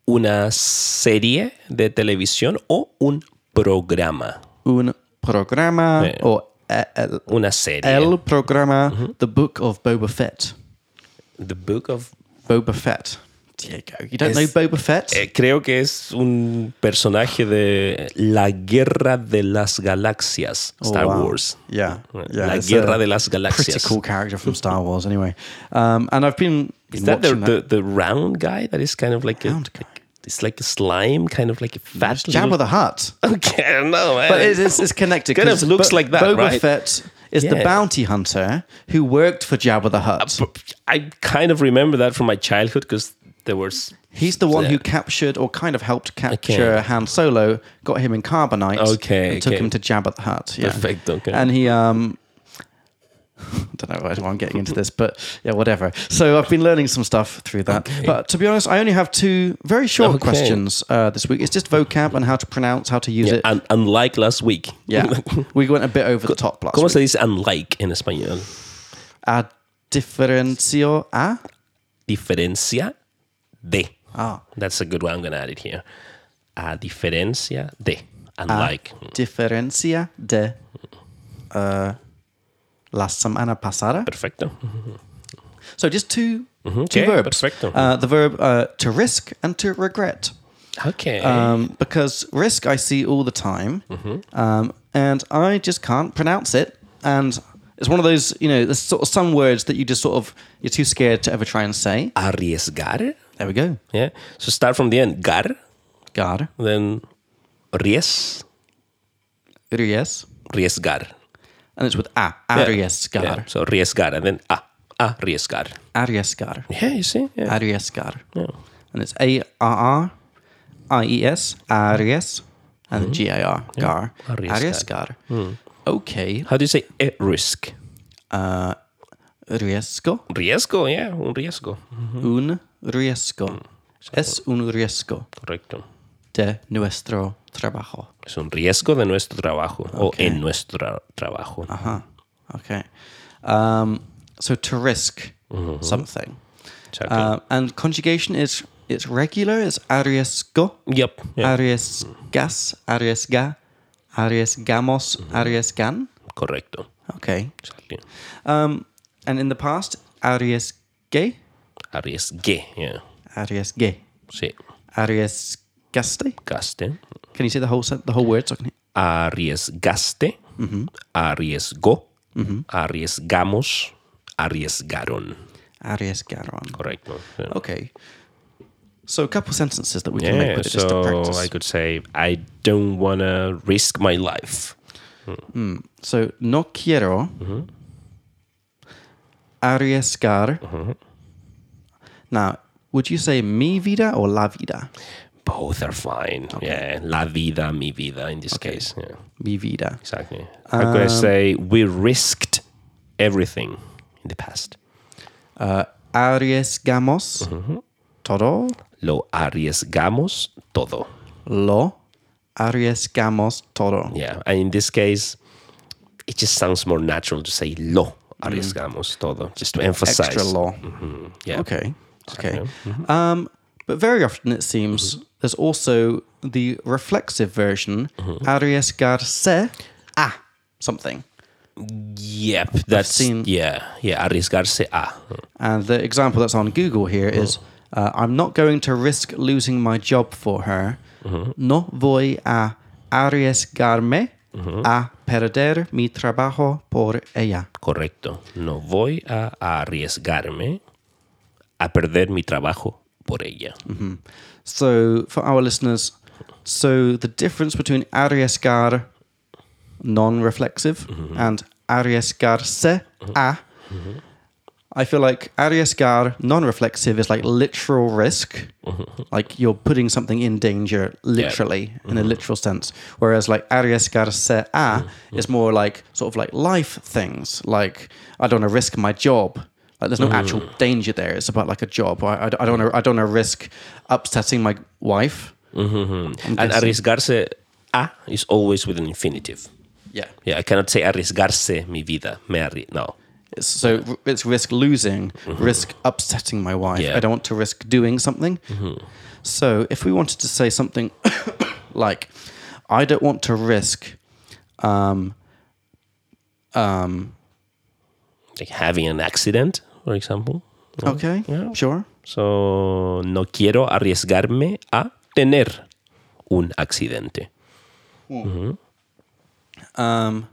S2: Una serie de televisión o un programa.
S1: Un programa
S2: Yeah. Uh-huh.
S1: or e, el,
S2: Una serie.
S1: el programa, the book of Boba Fett.
S2: The Book of...
S1: Boba Fett. Diego, you don't
S2: Es-
S1: know Boba Fett?
S2: Eh, creo que es un personaje de la Guerra de las Galaxias,
S1: Oh,
S2: Star
S1: wow.
S2: Wars.
S1: Yeah, yeah.
S2: la
S1: it's
S2: Guerra
S1: a
S2: de las
S1: Pretty
S2: Galaxias.
S1: cool character from Star Wars, anyway. Um, and I've been,
S2: Is
S1: been
S2: that the,
S1: watching
S2: the, the round guy that is kind of like
S1: Round
S2: a
S1: guy.
S2: like- it's like a slime, kind of like a fat
S1: Jabba
S2: little-
S1: the Hutt.
S2: Okay, no, man.
S1: But it's, it's, it's connected.
S2: Kind of
S1: 'cause
S2: looks
S1: Bo-
S2: like that,
S1: Boba
S2: right?
S1: Fett is the
S2: Yeah.
S1: bounty hunter who worked for Jabba the Hutt.
S2: I kind of remember that from my childhood because there was
S1: He's the one
S2: Yeah.
S1: who captured or kind of helped capture Han Solo, got him in carbonite,
S2: Okay,
S1: and took
S2: okay.
S1: him to Jabba the Hutt. Yeah.
S2: Perfect, okay.
S1: And he, um, I don't know why I'm getting into this, but yeah, whatever. So I've been learning some stuff through that. But to be honest, I only have two very short
S2: Okay.
S1: questions uh, this week. It's just vocab and how to pronounce, how to use it.
S2: un- unlike last week.
S1: yeah, we went a bit over the top last
S2: ¿Cómo
S1: week.
S2: se dice unlike en español?
S1: A diferencio a
S2: Diferencia de.
S1: Ah.
S2: That's a good one. I'm going to add it here. A diferencia de. Unlike.
S1: Ah. diferencia de uh, la semana pasada.
S2: Perfecto.
S1: Mm-hmm. So just 2 two
S2: Mm-hmm. Okay,
S1: verbs.
S2: perfecto.
S1: Uh, the verb uh, to risk and to regret.
S2: Okay.
S1: Um, because risk I see all the time,
S2: Mm-hmm.
S1: um, and I just can't pronounce it. And it's one of those, you know, there's sort of some words that you just sort of you're too scared to ever try and say.
S2: Arriesgar.
S1: There we go.
S2: Yeah. So start from the end. Gar.
S1: God,
S2: Then ries.
S1: yes,
S2: Riesgar.
S1: and it's with a
S2: Yeah.
S1: arriesgar,
S2: Yeah. So riesgar. And then a. Ah, Arriesgar.
S1: arriesgar,
S2: Yeah, you see? Yeah.
S1: arriesgar.
S2: yeah.
S1: and it's A R R I E S Aries and G A Mm-hmm. R E Mm. Gar
S2: Aries
S1: Aries Gar. Okay,
S2: How do you say a risk?
S1: riesgo
S2: Riesgo, yeah, un riesgo.
S1: E un riesgo es un riesgo
S2: Correcto.
S1: de nuestro trabajo.
S2: Es un riesgo de nuestro trabajo o en nuestro tra- trabajo.
S1: Huh. Okay, um, so to risk something,
S2: Exacto.
S1: uh, and conjugation is it's regular. It's E arriesgo.
S2: yep. yeah,
S1: E Arriesgas, arriesga, E arriesgamos, arriesgan.
S2: correcto.
S1: Okay.
S2: Exactly.
S1: Um, and in the past, Aries gay,
S2: Arriesgué, yeah.
S1: Aries gay,
S2: Sí.
S1: Aries gaste.
S2: Gaste.
S1: Can you say the whole sen- the whole word? So I can-
S2: Arriesgaste. Arriesgó. Arriesgamos. Arriesgaron.
S1: Aries garon.
S2: Correcto. yeah.
S1: Okay. So a couple sentences that we can make
S2: Yeah,
S1: with it just to
S2: so
S1: practice.
S2: I could say, I don't want to risk my life.
S1: So no
S2: Mm-hmm. Mm-hmm.
S1: quiero arriesgar Now, would you say mi vida or la vida?
S2: Both are fine. Yeah, la vida, mi vida in this case. Yeah,
S1: Mi vida.
S2: exactly. I'm going
S1: Um,
S2: to say we risked everything in the past.
S1: Uh, arriesgamos
S2: Mm-hmm.
S1: todo.
S2: Lo arriesgamos todo.
S1: Lo arriesgamos todo.
S2: Yeah, and in this case, it just sounds more natural to say lo arriesgamos todo, just to emphasize.
S1: Mm. Extra law.
S2: Mhm, Yeah.
S1: Okay. Okay. Um, but very often it seems there's also the reflexive version, arriesgarse a something.
S2: Yep. That's
S1: seen-
S2: yeah. Yeah. Arriesgarse a.
S1: And the example that's on Google here is, uh, I'm not going to risk losing my job for her. No voy a arriesgarme a perder mi trabajo por ella.
S2: Correcto. No voy a arriesgarme a perder mi trabajo por ella.
S1: So, for our listeners, so the difference between arriesgar, non-reflexive, and arriesgarse a, I feel like arriesgar, non-reflexive, is like literal risk, like you're putting something in danger literally in a literal sense. Whereas like arriesgarse a is more like sort of like life things, like I don't want to risk my job. Like there's no actual danger there. It's about like a job. I, I, I don't want to. I don't want to risk upsetting my wife. I'm guessing.
S2: And arriesgarse a is always with an infinitive.
S1: yeah.
S2: Yeah, I cannot say arriesgarse mi vida. Me arri- no.
S1: It's, so r- it's risk losing, risk upsetting my wife.
S2: Mm-hmm. Yeah. Mm-hmm.
S1: I don't want to risk doing something. So if we wanted to say something like, I don't want to risk um,
S2: Like having an accident, for example.
S1: Okay.
S2: Yeah.
S1: Sure.
S2: So no quiero arriesgarme a tener un accidente.
S1: Um,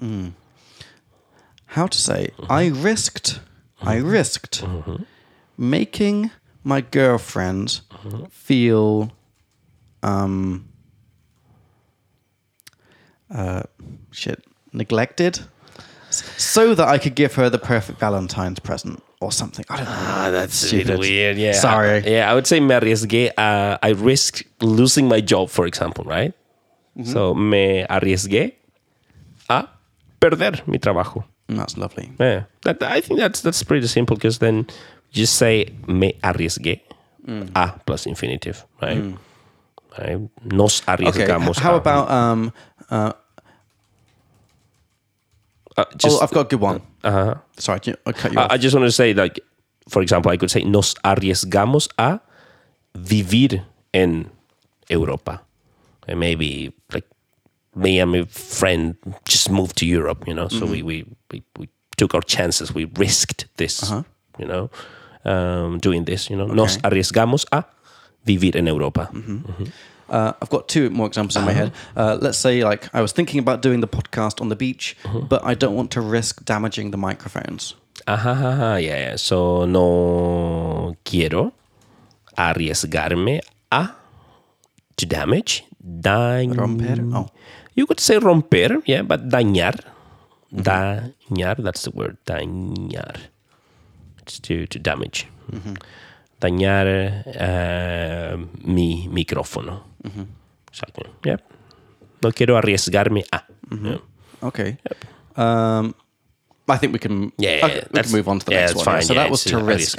S1: mm. how to say? I
S2: Uh-huh.
S1: risked. I risked making my girlfriend
S2: Uh-huh.
S1: feel. Um, uh, shit, neglected, S- so that I could give her the perfect Valentine's present or something. I don't know.
S2: Ah, that's
S1: bit Stupid. weird, yeah. Sorry.
S2: Sorry. yeah, I would say me arriesgué. Uh, I risk losing my job, for example, right?
S1: Mm-hmm.
S2: So me arriesgué a perder mi trabajo.
S1: That's lovely.
S2: Yeah, that I think that's that's pretty simple because then you just say me arriesgué
S1: Mm.
S2: a plus infinitive, right? Right? Nos arriesgamos.
S1: Okay. How
S2: a.
S1: about um?
S2: Uh, just,
S1: oh, I've got a good one.
S2: uh-huh.
S1: Sorry, do you- I cut you
S2: I,
S1: off.
S2: I just want to say, like, for example, I could say, nos arriesgamos a vivir en Europa. And maybe, like, me and my friend just moved to Europe, you know, so
S1: Mm-hmm.
S2: we, we, we, we took our chances, we risked this, you know, um, doing this, you know. Nos
S1: Uh-huh. Okay. Mm-hmm.
S2: arriesgamos a vivir en Europa.
S1: Uh, I've got two more examples in my
S2: Uh-huh.
S1: head. Uh, let's say, like, I was thinking about doing the podcast on the beach,
S2: Uh-huh.
S1: but I don't want to risk damaging the microphones.
S2: Ajá, ajá, ajá, yeah, yeah. So, no quiero arriesgarme a to damage, dañ...
S1: Romper? Oh.
S2: You could say romper, yeah, but dañar. Dañar, that's the word, dañar. It's to, to damage. Dañar eh, mi micrófono. Exactly, yep. No quiero arriesgarme a. Yeah.
S1: Okay. Um, I think we can.
S2: Yeah,
S1: okay, we
S2: that's-
S1: can move on to the
S2: yeah,
S1: next
S2: that's
S1: one.
S2: fine.
S1: So
S2: Yeah,
S1: that was
S2: it's,
S1: to
S2: uh,
S1: risk,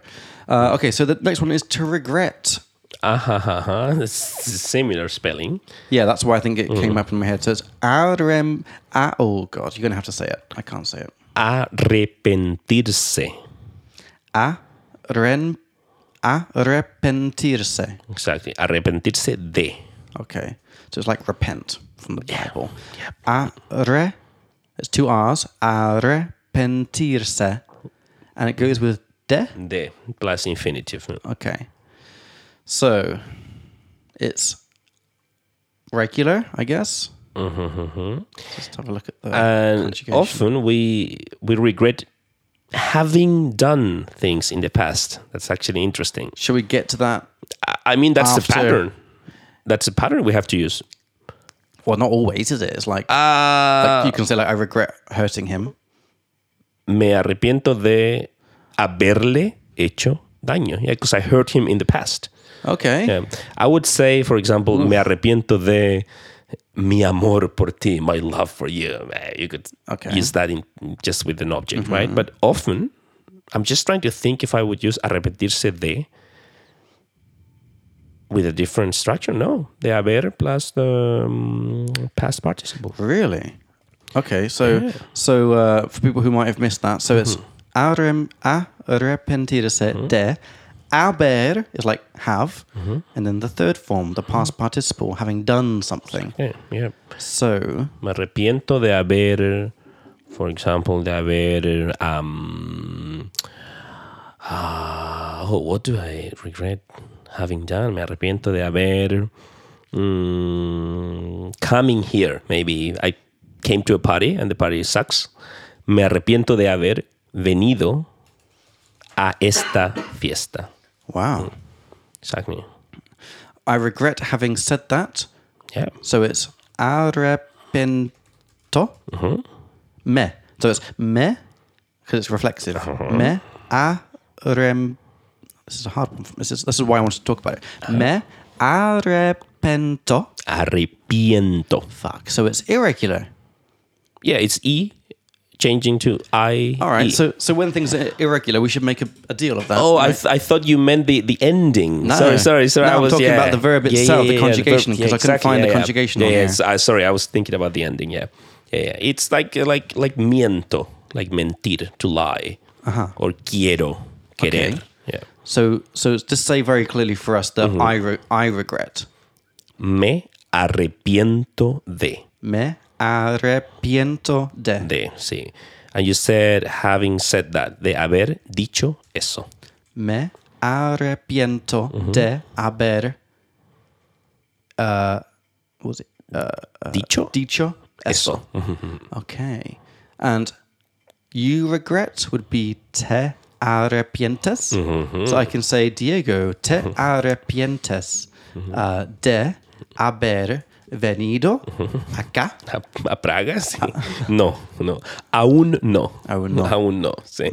S1: arriesgar. Uh, okay, so the next one is to regret.
S2: Ajá, ajá, ajá. It's similar spelling.
S1: Yeah, that's why I think
S2: Mm-hmm.
S1: it came up in my head. So it's arem. Ah, oh god, you're gonna have to say it. I can't say it.
S2: arrepentirse.
S1: Aren, arrepentirse.
S2: Exactly. Arrepentirse de.
S1: Okay. So it's like repent from the Bible. Are, it's two R's. Arrepentirse. And it goes with de.
S2: De plus infinitive.
S1: Okay. So it's regular, I guess. Mm-hmm. Just have a look at the
S2: And
S1: conjugation.
S2: often we we regret having done things in the past. That's actually interesting.
S1: Shall we get to that?
S2: I- I mean, that's
S1: After-
S2: the pattern. That's the pattern we have to use.
S1: Well, not always, is it? It's like, like you can say like I regret hurting him.
S2: Me arrepiento de haberle hecho daño. Yeah, because I hurt him in the past.
S1: Okay.
S2: Yeah. I would say, for example, me arrepiento de mi amor por ti, my love for you. Eh, You could
S1: Okay.
S2: use that in just with an object, right? But often, I'm just trying to think if I would use arrepentirse de with a different structure. No, de haber plus the um, past participle.
S1: Really? Okay. So so uh, for people who might have missed that, so it's arrem a arrepentirse de haber is like have, and then the third form, the past participle, having done something.
S2: Yeah, yeah.
S1: So
S2: Me arrepiento de haber, for example, de haber. Um, ah, oh, what do I regret having done? Me arrepiento de haber. mm, coming here, maybe. I came to a party and the party sucks. Me arrepiento de haber venido a esta fiesta.
S1: wow,
S2: Exactly.
S1: I regret having said that.
S2: Yeah.
S1: So it's arrepento Uh-huh. me. So it's me because it's reflexive. Me arrem. This is a hard one. for- This is this is why I wanted to talk about it. Me arrepento.
S2: Arrepiento.
S1: Fuck. So it's irregular.
S2: Yeah, it's E changing to I.
S1: All right.
S2: E.
S1: So so when things are irregular, we should make a, a deal of that.
S2: Oh, I,
S1: right?
S2: th- I thought you meant the, the ending.
S1: No.
S2: Sorry, sorry, sorry.
S1: No,
S2: I
S1: I'm
S2: was
S1: talking
S2: yeah.
S1: about the verb itself, the conjugation, 'cause I couldn't find the conjugation
S2: Yeah,
S1: on
S2: yeah,
S1: here.
S2: it's- I- sorry, I was thinking about the ending. Yeah, yeah, yeah. It's like like like miento, like mentir, to lie, uh-huh. or quiero, querer.
S1: Okay.
S2: Yeah,
S1: so so just say very clearly for us that I re- I regret.
S2: me arrepiento de
S1: Me arrepiento de.
S2: de. Sí, and you said having said that de haber dicho eso.
S1: Me arrepiento de haber uh, what was it uh,
S2: dicho
S1: dicho eso. Okay, and you regret would be te arrepientes. So I can say Diego te arrepientes uh, de haber venido acá.
S2: a, a Praga. Sí. No, no, aún no,
S1: Aún no. Mm.
S2: aún no. Sí.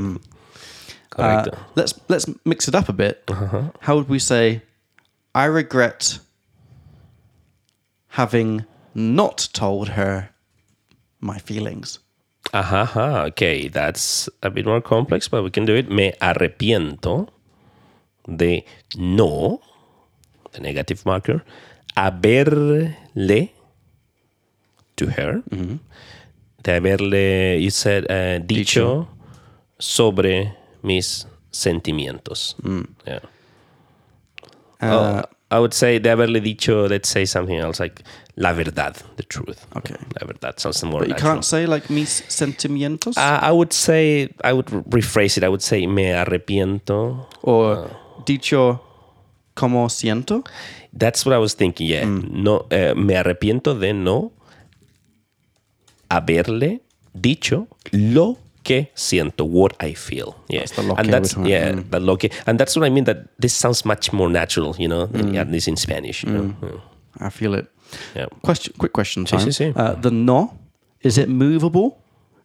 S2: Correcto.
S1: Uh, let's let's mix it up a bit.
S2: Uh-huh.
S1: How would we say? I regret having not told her my feelings.
S2: Ajá, ajá, okay, that's a bit more complex, but we can do it. Me arrepiento de no, the negative marker, haberle to her,
S1: Mm-hmm.
S2: de haberle, you said, uh, dicho, sobre mis sentimientos.
S1: Mm.
S2: Yeah.
S1: Uh,
S2: Oh, I would say de haberle dicho, let's say something else like la verdad, the truth.
S1: Okay.
S2: La verdad sounds more
S1: But you
S2: natural.
S1: can't say like mis sentimientos
S2: Uh, I would say I would re- rephrase it. I would say me arrepiento.
S1: or
S2: Uh.
S1: dicho como siento.
S2: That's what I was thinking. Yeah,
S1: Mm.
S2: no, uh, me arrepiento de no haberle dicho lo que siento, what I feel. Yeah,
S1: That's the lo que mm.
S2: and that's
S1: we're talking
S2: yeah, the lo que, and that's what I mean. That this sounds much more natural, you know,
S1: Mm.
S2: than- at least in Spanish. You know? Mm,
S1: I feel it.
S2: Yeah.
S1: Question. Quick question time.
S2: sí, sí.
S1: Uh, the no is it movable?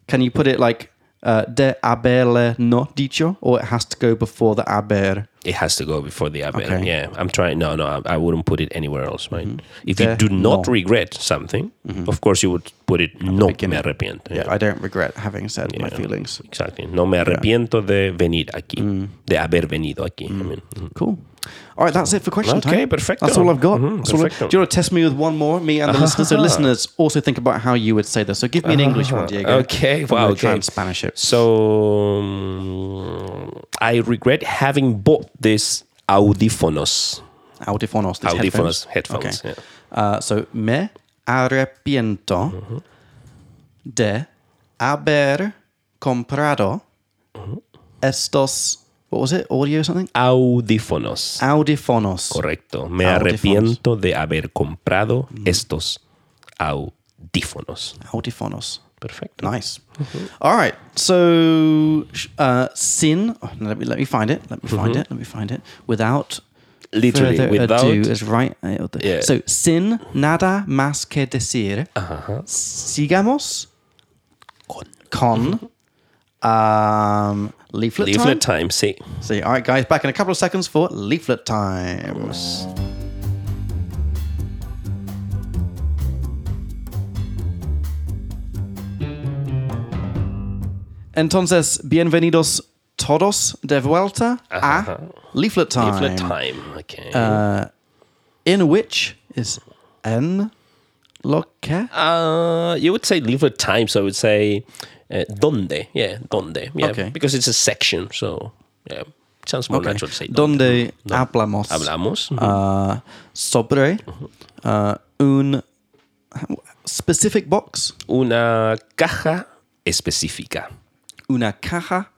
S1: Can you put it like uh, de haberle no dicho, or it has to go before the haber?
S2: It has to go before the haber.
S1: Okay.
S2: Yeah, I'm trying. No, no, I, I wouldn't put it anywhere else, right? If
S1: De
S2: you do not
S1: Mm-hmm. no. Mm-hmm.
S2: regret something, of course you would put it no me
S1: beginning.
S2: arrepiento.
S1: I don't regret having said my feelings.
S2: Exactly. No me arrepiento de venir aquí,
S1: Mm.
S2: de haber venido aquí. I mean, mhm.
S1: Cool. All right, that's it for question time.
S2: Okay, perfecto.
S1: That's all I've got.
S2: Mhm,
S1: That's all I-
S2: perfecto.
S1: do you want to test me with one more, me and the listeners? So listeners also think about how you would say this. So give me an English one, Diego.
S2: Okay,
S1: I'm
S2: wow,
S1: gonna Try
S2: okay.
S1: and Spanish it.
S2: So mm, I regret having bought these audífonos.
S1: Audífonos. these
S2: Audífonos,
S1: headphones.
S2: headphones.
S1: Okay.
S2: yeah. Mm-hmm.
S1: Uh, so me arrepiento de haber comprado
S2: Mm-hmm.
S1: estos. What was it? Audio or something?
S2: Audífonos.
S1: Audífonos.
S2: Correcto. Me
S1: Ah. Audífonos. Mm-hmm.
S2: arrepiento de haber comprado estos audífonos.
S1: Audífonos.
S2: Perfecto.
S1: Nice. All right. So sh- uh, sin. oh, no, let me let me find it. Let me find it. Let me find it. Without
S2: Mm-hmm. Literally,
S1: further
S2: without-
S1: ado is right. uh, the-
S2: Yeah.
S1: So sin nada más que
S2: Uh-huh.
S1: decir. Sigamos
S2: Con.
S1: con Um, leaflet,
S2: Mm-hmm. Leaflet
S1: time.
S2: time, sí.
S1: See, all right, guys, back in a couple of seconds for leaflet time. Entonces, bienvenidos todos de vuelta a
S2: Ajá.
S1: leaflet time. Uh,
S2: Leaflet time, okay.
S1: In which is en lo que?
S2: Uh, you would say leaflet time, so I would say uh, donde. Yeah, donde. Yeah,
S1: Okay.
S2: because it's a section, so yeah, sounds more natural to say donde.
S1: Donde hablamos
S2: Hablamos. Mm-hmm.
S1: uh, sobre uh, un specific box.
S2: Una caja específica.
S1: una caja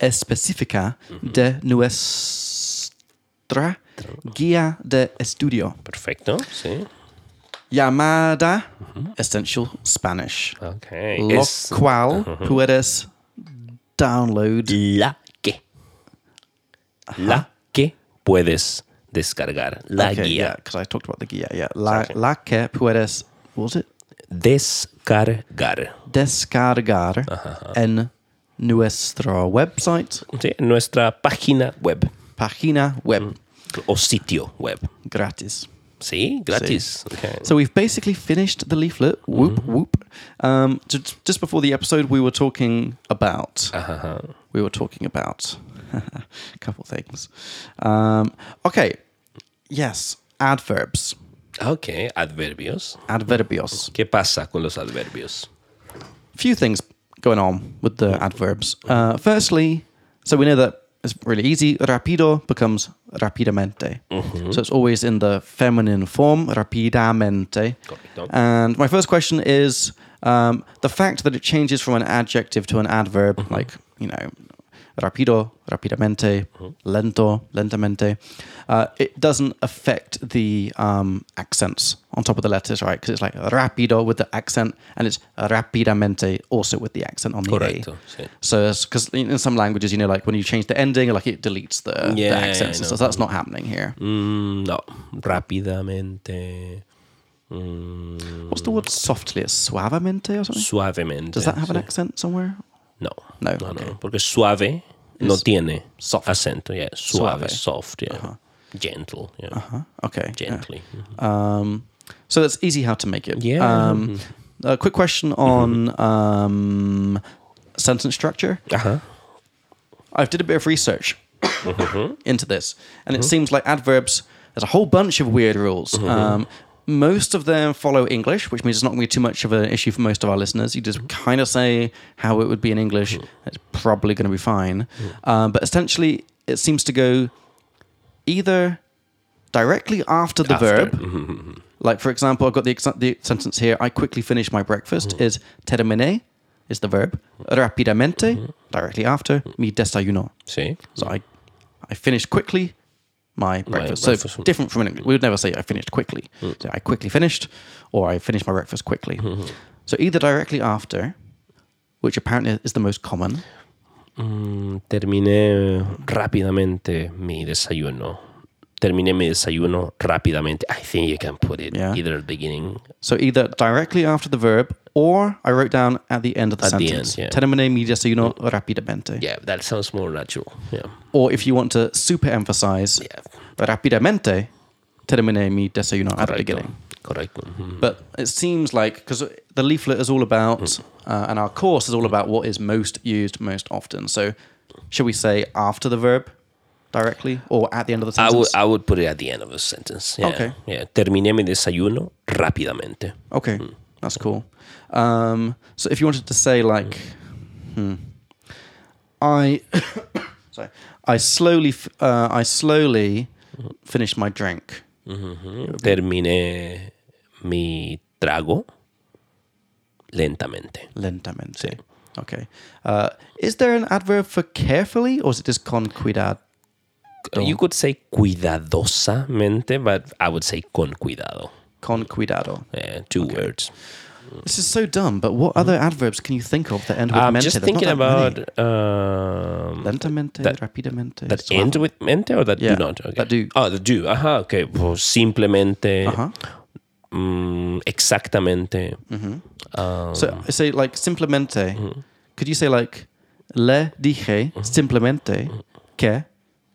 S1: específica de nuestra guía de estudio
S2: Perfecto, sí.
S1: llamada Essential Spanish,
S2: Okay.
S1: lo
S2: es
S1: cual puedes download
S2: la que. La que puedes descargar. La
S1: Okay,
S2: guía.
S1: yeah, because I talked about the guía. Yeah, la, la que puedes what was it
S2: Descargar.
S1: descargar en nuestro website
S2: Sí, en nuestra página web
S1: página web
S2: o sitio web.
S1: gratis.
S2: Sí, gratis. Okay.
S1: So we've basically finished the leaflet. Whoop whoop. Um, ju- just before the episode, we were talking about
S2: Ajá.
S1: we were talking about a couple things. Um, okay, yes, adverbs,
S2: Ok, adverbios.
S1: adverbios.
S2: ¿Qué pasa con los adverbios?
S1: Few things going on with the adverbs. Uh, firstly, so we know that it's really easy. Rapido becomes rapidamente, so it's always in the feminine form, rapidamente.
S2: Correcto.
S1: And my first question is um, the fact that it changes from an adjective to an adverb,
S2: Mm-hmm.
S1: like, you know, rapido, rapidamente,
S2: Mm-hmm.
S1: lento, lentamente, uh, it doesn't affect the um, accents on top of the letters, right? Because it's like rapido with the accent and it's rapidamente also with the accent on the
S2: Correcto,
S1: A.
S2: sí.
S1: So, because in in some languages, you know, like when you change the ending, like it deletes the, the
S2: Yeah,
S1: accents and
S2: no.
S1: stuff. That's not happening here.
S2: Mm, no, rápidamente. mm,
S1: What's the word softly? It's suavemente or something?
S2: suavemente.
S1: Does that have an
S2: sí.
S1: accent somewhere?
S2: No.
S1: No,
S2: no, no,
S1: okay.
S2: Porque suave no
S1: Es
S2: tiene
S1: soft.
S2: acento. Yeah, suave,
S1: Suave.
S2: soft, yeah. Gentle, yeah.
S1: Huh? Okay. yeah.
S2: Gently.
S1: Um, so that's easy how to make it.
S2: Yeah.
S1: Um, a quick question on um, sentence structure.
S2: Ajá.
S1: I did a bit of research into this, and it seems like adverbs. There's a whole bunch of weird rules. Um, most of them follow English, which means it's not going to be too much of an issue for most of our listeners. You just kind of say how it would be in English. It's probably going to be fine. Um, but essentially, it seems to go either directly after the
S2: After.
S1: verb. Like, for example, I've got the, exa- the sentence here I quickly finished my breakfast is terminé, is the verb. Rapidamente, directly after, mi desayuno.
S2: Sí.
S1: So I, I finished quickly my breakfast. so
S2: breakfast. Hmm.
S1: different from an English. We would never say I finished quickly. So I quickly finished, or I finished my breakfast quickly. So either directly after, which apparently is the most common.
S2: Mm, terminé rápidamente mi desayuno. Terminé mi desayuno rápidamente. I think you can put it
S1: Yeah.
S2: either at the beginning.
S1: So either directly after the verb, or I wrote down at the end of the
S2: At the end,
S1: sentence.
S2: yeah. Hmm.
S1: Termine mi desayuno rapidamente.
S2: Yeah, that sounds more natural. Yeah.
S1: Or if you want to super emphasize,
S2: Yeah.
S1: rapidamente termine mi desayuno at the
S2: Correcto.
S1: beginning.
S2: Correcto. Mhm.
S1: But it seems like because the leaflet is all about,
S2: Mm.
S1: uh, and our course is all about what is most used most often. So, should we say after the verb directly or at the end of the
S2: I would
S1: sentence?
S2: I would put it at the end of the sentence. Yeah.
S1: Okay.
S2: Yeah. Terminé mi desayuno rápidamente.
S1: okay,
S2: Mm.
S1: that's cool. Um, so, if you wanted to say like, hmm, I, sorry, I slowly, f- uh, I slowly finished my drink.
S2: Mm. Terminé mi trago lentamente.
S1: Lentamente. Okay. Uh, is there an adverb for carefully, or is it just con cuidado? Oh.
S2: You could say cuidadosamente, but I would say con cuidado.
S1: Con cuidado.
S2: Yeah, two words.
S1: This is so dumb, but what other adverbs can you think of that end with
S2: Hmm? I'm
S1: mente?
S2: Um, just
S1: There's not that
S2: thinking
S1: many.
S2: about um,
S1: lentamente,
S2: that-
S1: rapidamente.
S2: that
S1: suave.
S2: end with mente or that
S1: Yeah,
S2: do not. Okay.
S1: that do.
S2: Oh, that do. Ajá, okay. Well, simplemente.
S1: Uh-huh.
S2: mm, exactamente.
S1: Mm-hmm.
S2: Ah, Oh, Hmm.
S1: So I say like simplemente. Could you say like le dije simplemente
S2: Hmm.
S1: que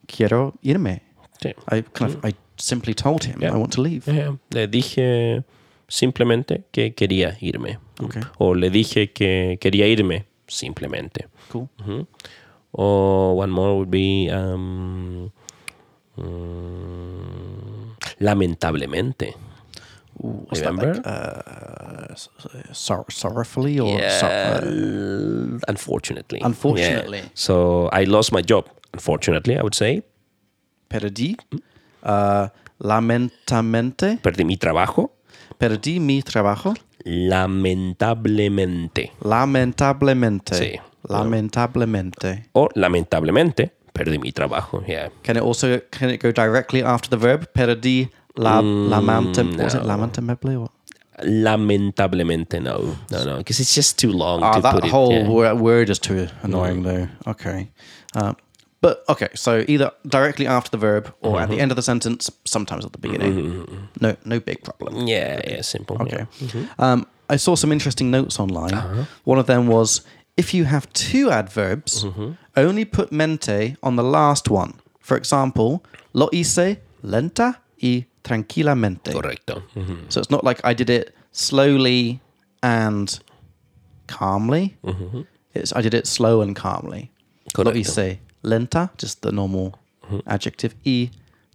S1: quiero irme.
S2: Sí.
S1: I kind of, I simply told him
S2: Hmm. Yeah.
S1: I want to leave.
S2: Eh, le dije simplemente que quería irme.
S1: Ok.
S2: O le dije que quería irme, simplemente.
S1: Cool.
S2: Ujú. O one more would be um, mm, lamentablemente.
S1: Ooh, what's that like?
S2: Remember?
S1: Uh, s- s- sor- sorrowfully or sor-
S2: Yeah,
S1: uh,
S2: unfortunately.
S1: Unfortunately.
S2: Yeah. So I lost my job, unfortunately, I would say.
S1: perdí,
S2: Hmm.
S1: uh, lamentamente,
S2: Perdí mi trabajo,
S1: perdí mi trabajo,
S2: lamentablemente.
S1: lamentablemente,
S2: Sí.
S1: lamentablemente.
S2: O lamentablemente, perdí mi trabajo. Yeah.
S1: Can it also can it go directly after the verb perdí la lamentem? What was it
S2: Mm, no.
S1: lamentably? Or?
S2: Lamentablemente, no. No, no, because it's just too long
S1: Ah,
S2: to
S1: that
S2: put it.
S1: whole
S2: yeah. Mm.
S1: wo- word is too annoying, though. Okay. Uh, but okay, so either directly after the verb or at the
S2: Mm-hmm.
S1: end of the sentence, sometimes at the beginning. No, no big problem.
S2: Yeah, yeah, simple.
S1: Okay. Um, I saw some interesting notes online. One of them was if you have two adverbs, only put mente on the last one. For example, lo hice lenta y tranquilamente.
S2: Yeah. Correcto. Ujú.
S1: So it's not like I did it slowly and calmly. It's I did it slow and calmly. Lo
S2: Correcto.
S1: hice lenta, just the normal adjective. Y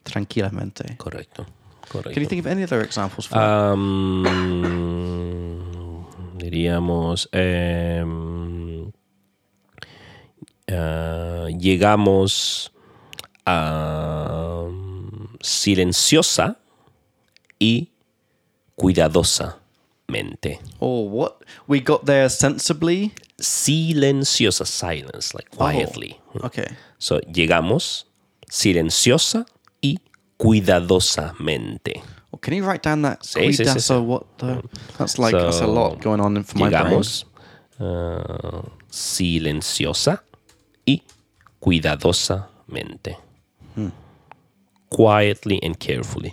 S1: tranquilamente.
S2: Correcto.
S1: Can you
S2: Correcto.
S1: think of any other examples
S2: Uh,
S1: for that?
S2: Am, diríamos. em, ah, llegamos a mm, silenciosa y cuidadosamente.
S1: Or what we got there sensibly?
S2: Silenciosa, silence, like quietly.
S1: Okay.
S2: So, llegamos silenciosa y cuidadosamente.
S1: Well, can you write down that
S2: Sí, sí, sí,
S1: cuidazo?
S2: sí.
S1: What the? That's like that's a
S2: So,
S1: lot going on in for my brain.
S2: Llegamos ah, silenciosa y cuidadosamente. Quietly and carefully.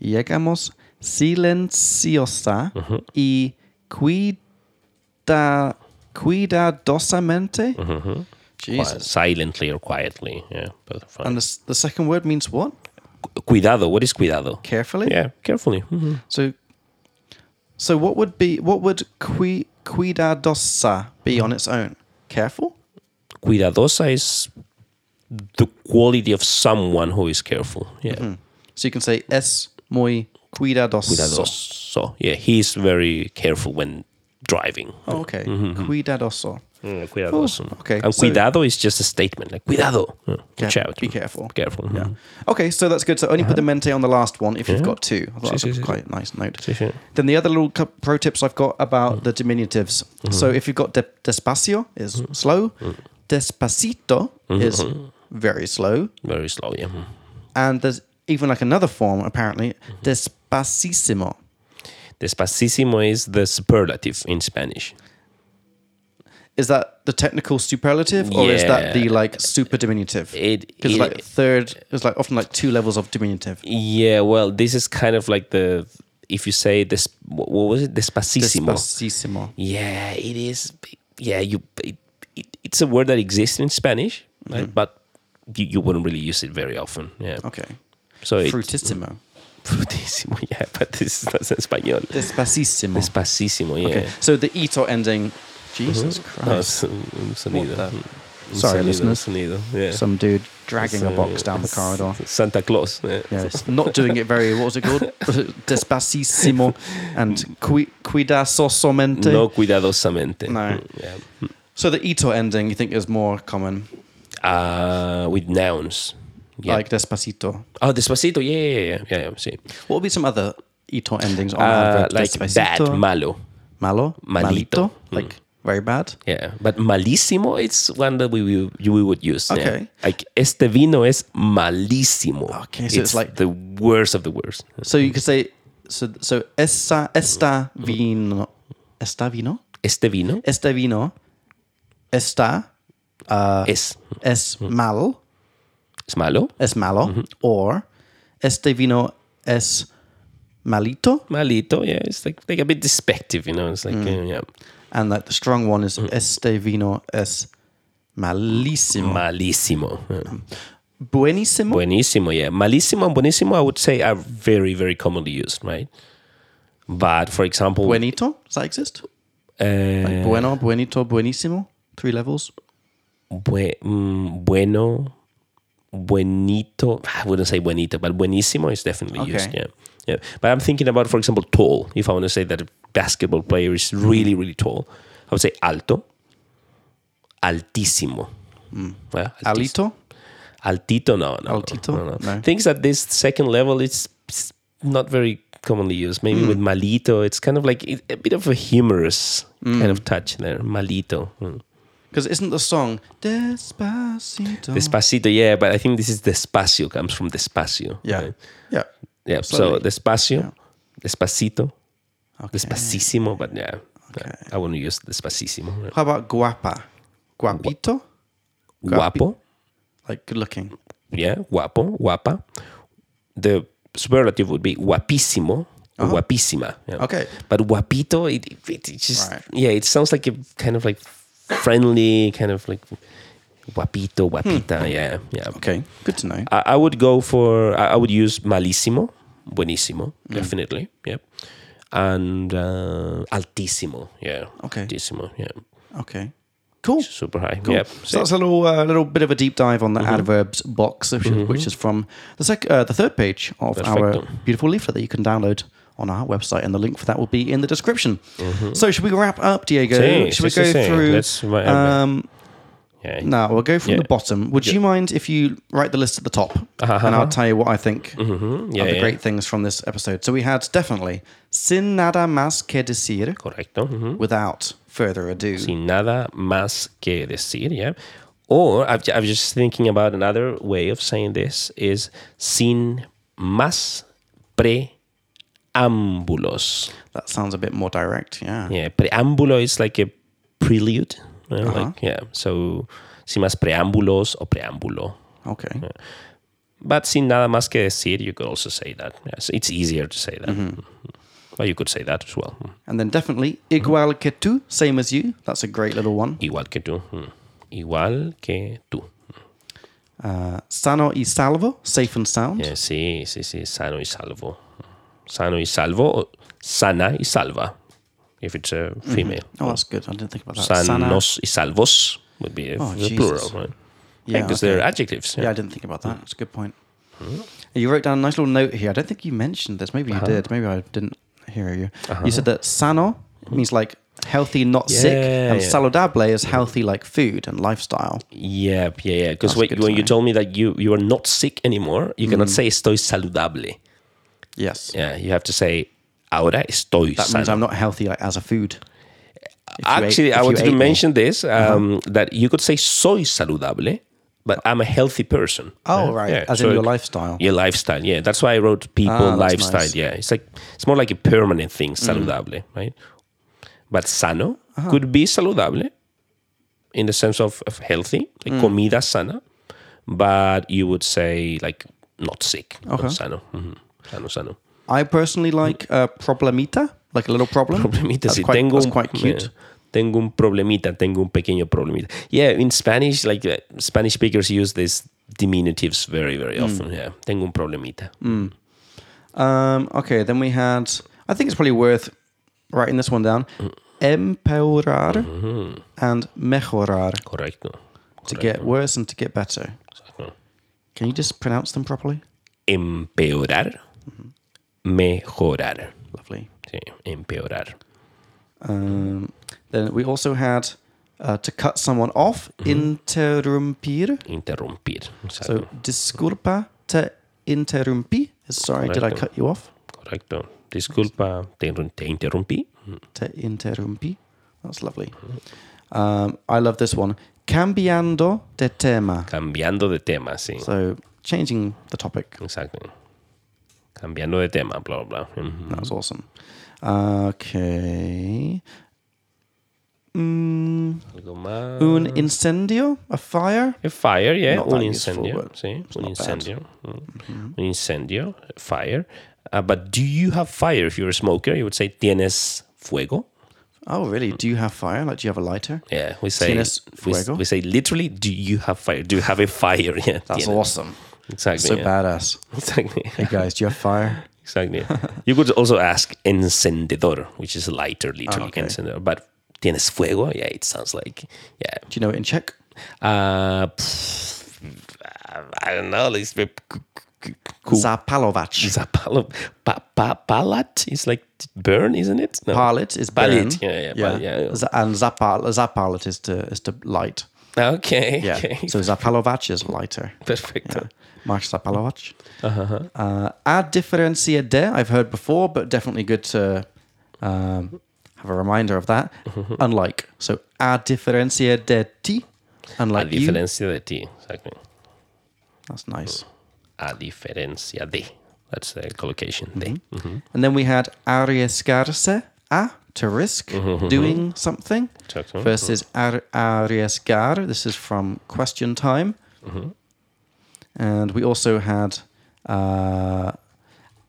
S1: Llegamos silenciosa
S2: Uh-huh.
S1: y cuida, cuidadosamente.
S2: Uh-huh. Qui-
S1: Hmm. Jesus.
S2: Silently or quietly. Yeah, both are fine.
S1: And the, s- the second word means what?
S2: Cu- Cuidado. What is cuidado?
S1: Carefully.
S2: Yeah, carefully. Mhm.
S1: So, so what would be what would cui, cuidadosa be
S2: Uh-huh.
S1: on its own? Careful.
S2: Cuidadosa is the quality of someone who is careful. Yeah.
S1: Mm-hmm. Hmm. So you can say es muy cuidadoso.
S2: Cuidadoso. Yeah, he's very careful when driving.
S1: Oh, okay.
S2: Mm-hmm,
S1: Cuidadoso.
S2: Mm, cuidadoso.
S1: Oh, okay,
S2: And
S1: so-
S2: cuidado is just a statement, like cuidado. Uh,
S1: Yeah,
S2: watch out.
S1: be careful.
S2: Careful. mm. Yeah.
S1: Okay, so that's good. So only put the mente on the last one if you've
S2: Uh-huh. Yeah.
S1: got two. I thought
S2: Si,
S1: That's
S2: si, si.
S1: a quite nice note.
S2: Si, si.
S1: Then the other little cu- pro tips I've got about
S2: Mm.
S1: the diminutives.
S2: Mm-hmm.
S1: So if you've got de- despacio is slow,
S2: Mm.
S1: despacito
S2: Mm-hmm.
S1: is very slow,
S2: Very slow. Yeah. Mm.
S1: and there's even like another form apparently,
S2: Mm-hmm.
S1: despacísimo.
S2: Despacísimo is the superlative in Spanish.
S1: Is that the technical superlative or is that the
S2: Yeah.
S1: like super diminutive?
S2: It-
S1: Because
S2: it-
S1: like third, it's like often like two levels of diminutive.
S2: Yeah. Well, this is kind of like the if you say this. What was it? Despacísimo.
S1: Despacísimo.
S2: yeah, it is. Yeah, you. It, it, it's a word that exists in Spanish, right?
S1: Mm.
S2: but you, you wouldn't really use it very often. Yeah.
S1: Okay.
S2: So it,
S1: Frutissimo.
S2: Frutísimo. Yeah, but this is not in español.
S1: Despacísimo.
S2: Despacísimo. Yeah. Mm-hmm.
S1: Okay. So the ito ending. Jesus
S2: Hmm? No,
S1: Christ.
S2: es un un sonido. Hmm.
S1: What the-
S2: Un
S1: Sorry,
S2: sonido,
S1: listeners.
S2: un sonido, yeah.
S1: Some dude dragging
S2: It's,
S1: a box
S2: uh,
S1: down the corridor.
S2: Santa Claus. yeah.
S1: Yeah, it's not doing it very. What was it called? Despacísimo and qui, cuidadosamente.
S2: No cuidadosamente. Hmm,
S1: No.
S2: Yeah.
S1: So the ito ending, you think, is more common,
S2: Uh, with nouns. Yeah.
S1: like despacito.
S2: oh, despacito. Yeah, yeah, yeah. yeah, yeah sí.
S1: What would be some other ito endings on
S2: Uh,
S1: adverbs?
S2: like bad,
S1: Despacito,
S2: malo.
S1: malo,
S2: malito. Mm.
S1: like very bad.
S2: Yeah, but malísimo it's one that we will, you- we would use. yeah.
S1: Okay.
S2: Like este vino es malísimo.
S1: Okay, so it's like-
S2: the worst of the worst.
S1: So you could say, so so esta esta
S2: Mm-hmm.
S1: vino, esta vino,
S2: Este vino
S1: este vino, esta Uh,
S2: es
S1: es mal,
S2: es malo,
S1: es malo, or este vino es malito,
S2: malito. Yeah, it's like like a bit
S1: Mm.
S2: despective, you know. It's like uh, yeah.
S1: and like the strong one is este vino es Malísimo.
S2: Malísimo. Yeah.
S1: Buenísimo.
S2: Buenísimo, yeah. Malísimo and buenísimo, I would say, are very, very commonly used, right? But for example,
S1: Buenito. Does that exist? Like
S2: uh,
S1: bueno, buenito, buenísimo. Three levels.
S2: bue- mm, bueno, buenito. I wouldn't say buenito, but buenísimo is definitely used.
S1: Okay.
S2: Yeah, yeah. But I'm thinking about, for example, tall. If I want to say that a basketball player is really, really tall, I would say alto, altissimo. Yeah,
S1: Mm.
S2: altis-
S1: Alito.
S2: Altito, no, no,
S1: Altito?
S2: no, no.
S1: No.
S2: Things at this second level, it's it's not very commonly used.
S1: Hmm.
S2: Maybe with malito, it's kind of like it- a bit of a humorous
S1: Hmm.
S2: kind of touch there. Malito. Mm.
S1: Because isn't the song Despacito?
S2: Despacito, yeah, but I think this is despacio comes from despacio.
S1: yeah.
S2: right?
S1: Yeah.
S2: yeah. So
S1: Absolutely.
S2: despacio,
S1: Yeah.
S2: despacito,
S1: Okay.
S2: despacísimo, but yeah, I wouldn't use despacísimo.
S1: How about guapa? Guapito? Guapi-
S2: Guapo,
S1: Like good looking.
S2: yeah, guapo, guapa. The superlative would be guapísimo. or Guapísima. yeah.
S1: Uh-huh. Okay.
S2: But guapito, it, it, it- it just,
S1: Right.
S2: yeah, it sounds like a kind of like friendly, kind of like guapito, guapita. Yeah. Yeah.
S1: Hmm. Okay. Good to know.
S2: I, I would go for I, I would use malísimo, buenísimo,
S1: Hmm.
S2: definitely, yeah, and uh, altísimo, yeah,
S1: Okay.
S2: altísimo, yeah,
S1: Okay. Cool.
S2: super high,
S1: Cool.
S2: yeah.
S1: So that's a little, uh, little bit of a deep dive on the
S2: Mm-hmm.
S1: adverbs box, which, is, which is from the sec- uh, the third page of our
S2: Perfecto.
S1: beautiful leaflet that you can download on our website, and the link for that will be in the description. So should we wrap up, Diego?
S2: Mm-hmm. Sí,
S1: uh, should we
S2: sí,
S1: go
S2: sí, sí.
S1: through?
S2: Let's wrap up.
S1: um,
S2: yeah.
S1: no, we'll go from
S2: Yeah. Uh-huh.
S1: the bottom. Would you mind if you write the list at the top, and I'll tell you what I think
S2: Mm-hmm. yeah,
S1: are the
S2: yeah.
S1: great things from this episode? So we had definitely sin nada más que decir,
S2: correcto. mhm.
S1: without further ado.
S2: Sin nada más que decir, yeah. Or I've, ju- I was just thinking about another way of saying this is sin más preámbulos.
S1: That sounds a bit more direct. Yeah.
S2: Yeah, preámbulo is like a prelude. you know, Like, yeah, so sin más preámbulos o preámbulo.
S1: Okay.
S2: But sin nada más que decir, you could also say that. Yes, it's easier to say that. But you could say that as well. Mm.
S1: And then definitely igual que tú, same as you. That's a great little one.
S2: Igual que tú. Mm. Igual que tú.
S1: Uh, sano y salvo, safe and sound.
S2: Yeah, sí, sí, sí. Sano y salvo. Sano y salvo or sana y salva, if it's a female.
S1: Oh, that's good. I didn't think about that.
S2: Sanos y salvos would be a,
S1: Oh,
S2: the
S1: Jesus.
S2: plural, right?
S1: Yeah,
S2: because
S1: okay.
S2: they're adjectives.
S1: Yeah, I didn't think about that. That's a good point.
S2: Hmm.
S1: You wrote down a nice little note here. I don't think you mentioned this. Maybe you
S2: Uh-huh.
S1: did. Maybe I didn't hear you. You said that sano means like healthy, not sick,
S2: Yeah,
S1: and
S2: yeah.
S1: saludable is healthy, like food and lifestyle.
S2: Yeah, yeah, yeah. Because
S1: That's
S2: when,
S1: good to
S2: when you
S1: know. Mm.
S2: told me that you you are not sick anymore, you cannot say estoy saludable.
S1: Yes.
S2: Yeah, you have to say ahora estoy
S1: That means
S2: sano.
S1: I'm not healthy like as a food. If you ate-
S2: Actually,
S1: if
S2: I
S1: you
S2: wanted to
S1: ate me. Uh-huh.
S2: mention this um, that you could say soy saludable, but I'm a healthy person.
S1: Oh,
S2: Yeah,
S1: right.
S2: yeah.
S1: As
S2: So
S1: in your
S2: it-
S1: lifestyle.
S2: Your lifestyle, yeah. That's why I wrote people
S1: Ah, that's
S2: lifestyle.
S1: nice. Mm.
S2: Yeah, it's like it's more like a permanent thing, saludable, right? But sano
S1: Uh-huh.
S2: could be saludable in the sense of, of healthy,
S1: Mm.
S2: like comida sana, but you would say like not sick, not
S1: Okay.
S2: sano, Mhm. sano, sano.
S1: I personally like uh, problemita, like a little problem.
S2: problemita.
S1: That's
S2: sí,
S1: quite,
S2: tengo
S1: that's
S2: un,
S1: quite cute.
S2: eh, tengo un problemita, tengo un pequeño problemita. Yeah, in Spanish, like uh, Spanish speakers use these diminutives very, very
S1: Mm.
S2: often. Yeah, tengo un problemita.
S1: Um, okay, then we had. I think it's probably worth writing this one down. Empeorar and mejorar
S2: Correcto.
S1: to get worse and to get better.
S2: Exacto.
S1: Can you just pronounce them properly?
S2: Empeorar, mejorar.
S1: Lovely.
S2: Sí, empeorar.
S1: Um, then we also had uh, to cut someone off. Interrumpir.
S2: Interrumpir. Exacto.
S1: So disculpa te interrumpí. Sorry, did I
S2: Correcto.
S1: cut you off?
S2: Correcto. Disculpa, te, interrum- te interrumpí.
S1: te interrumpí. That's lovely.
S2: Mm-hmm.
S1: Um, I love this one. Cambiando de tema.
S2: Cambiando de tema, sí.
S1: So changing the topic.
S2: Exacto. Cambiando de tema, bla, bla, bla. Ujú.
S1: That was awesome. Okay. Mm,
S2: Algo más.
S1: un incendio, a fire.
S2: A fire, yeah.
S1: Not
S2: un
S1: that useful,
S2: incendio.
S1: but
S2: Sí, un
S1: not bad.
S2: incendio. Mm. Un incendio, Ah, fire. Uh, but do you have fire? If you're a smoker, you would say, ¿tienes fuego?
S1: Oh, really? Do you have fire? Like, do you have a lighter?
S2: Yeah, we say
S1: Tienes
S2: we,
S1: fuego?
S2: we say literally, do you have fire? Do you have a fire? Yeah,
S1: That's
S2: tienes.
S1: awesome.
S2: Exactly.
S1: So
S2: yeah.
S1: badass.
S2: Exactly.
S1: Hey guys, do you have fire?
S2: Exactly. you could also ask encendedor, which is lighter, literally
S1: Ah, okay.
S2: encendedor. But tienes fuego? Yeah, it sounds like yeah.
S1: Do you know it in Czech?
S2: Uh, pff, I don't know. It's a
S1: Zapalovac.
S2: Zapalo, pa, pa, palat is like t- burn, isn't it? No.
S1: Palit is burn.
S2: Palit, yeah, yeah, palit, yeah.
S1: Z- And zapal, zapalit is to is to light.
S2: Okay.
S1: Yeah.
S2: Okay.
S1: So zapalovac is lighter.
S2: Perfecto.
S1: Mark Zapalovac. Uh, a diferencia de, I've heard before, but definitely good to um, have a reminder of that. Unlike. So, a diferencia de ti.
S2: A
S1: Unlike you.
S2: diferencia de ti. Exactly.
S1: That's nice.
S2: A diferencia de. That's the collocation. De.
S1: And then we had arriesgarse, a, to risk, doing something,
S2: Exacto.
S1: versus ar- arriesgar. This is from question time.
S2: Uh-huh.
S1: And we also had uh,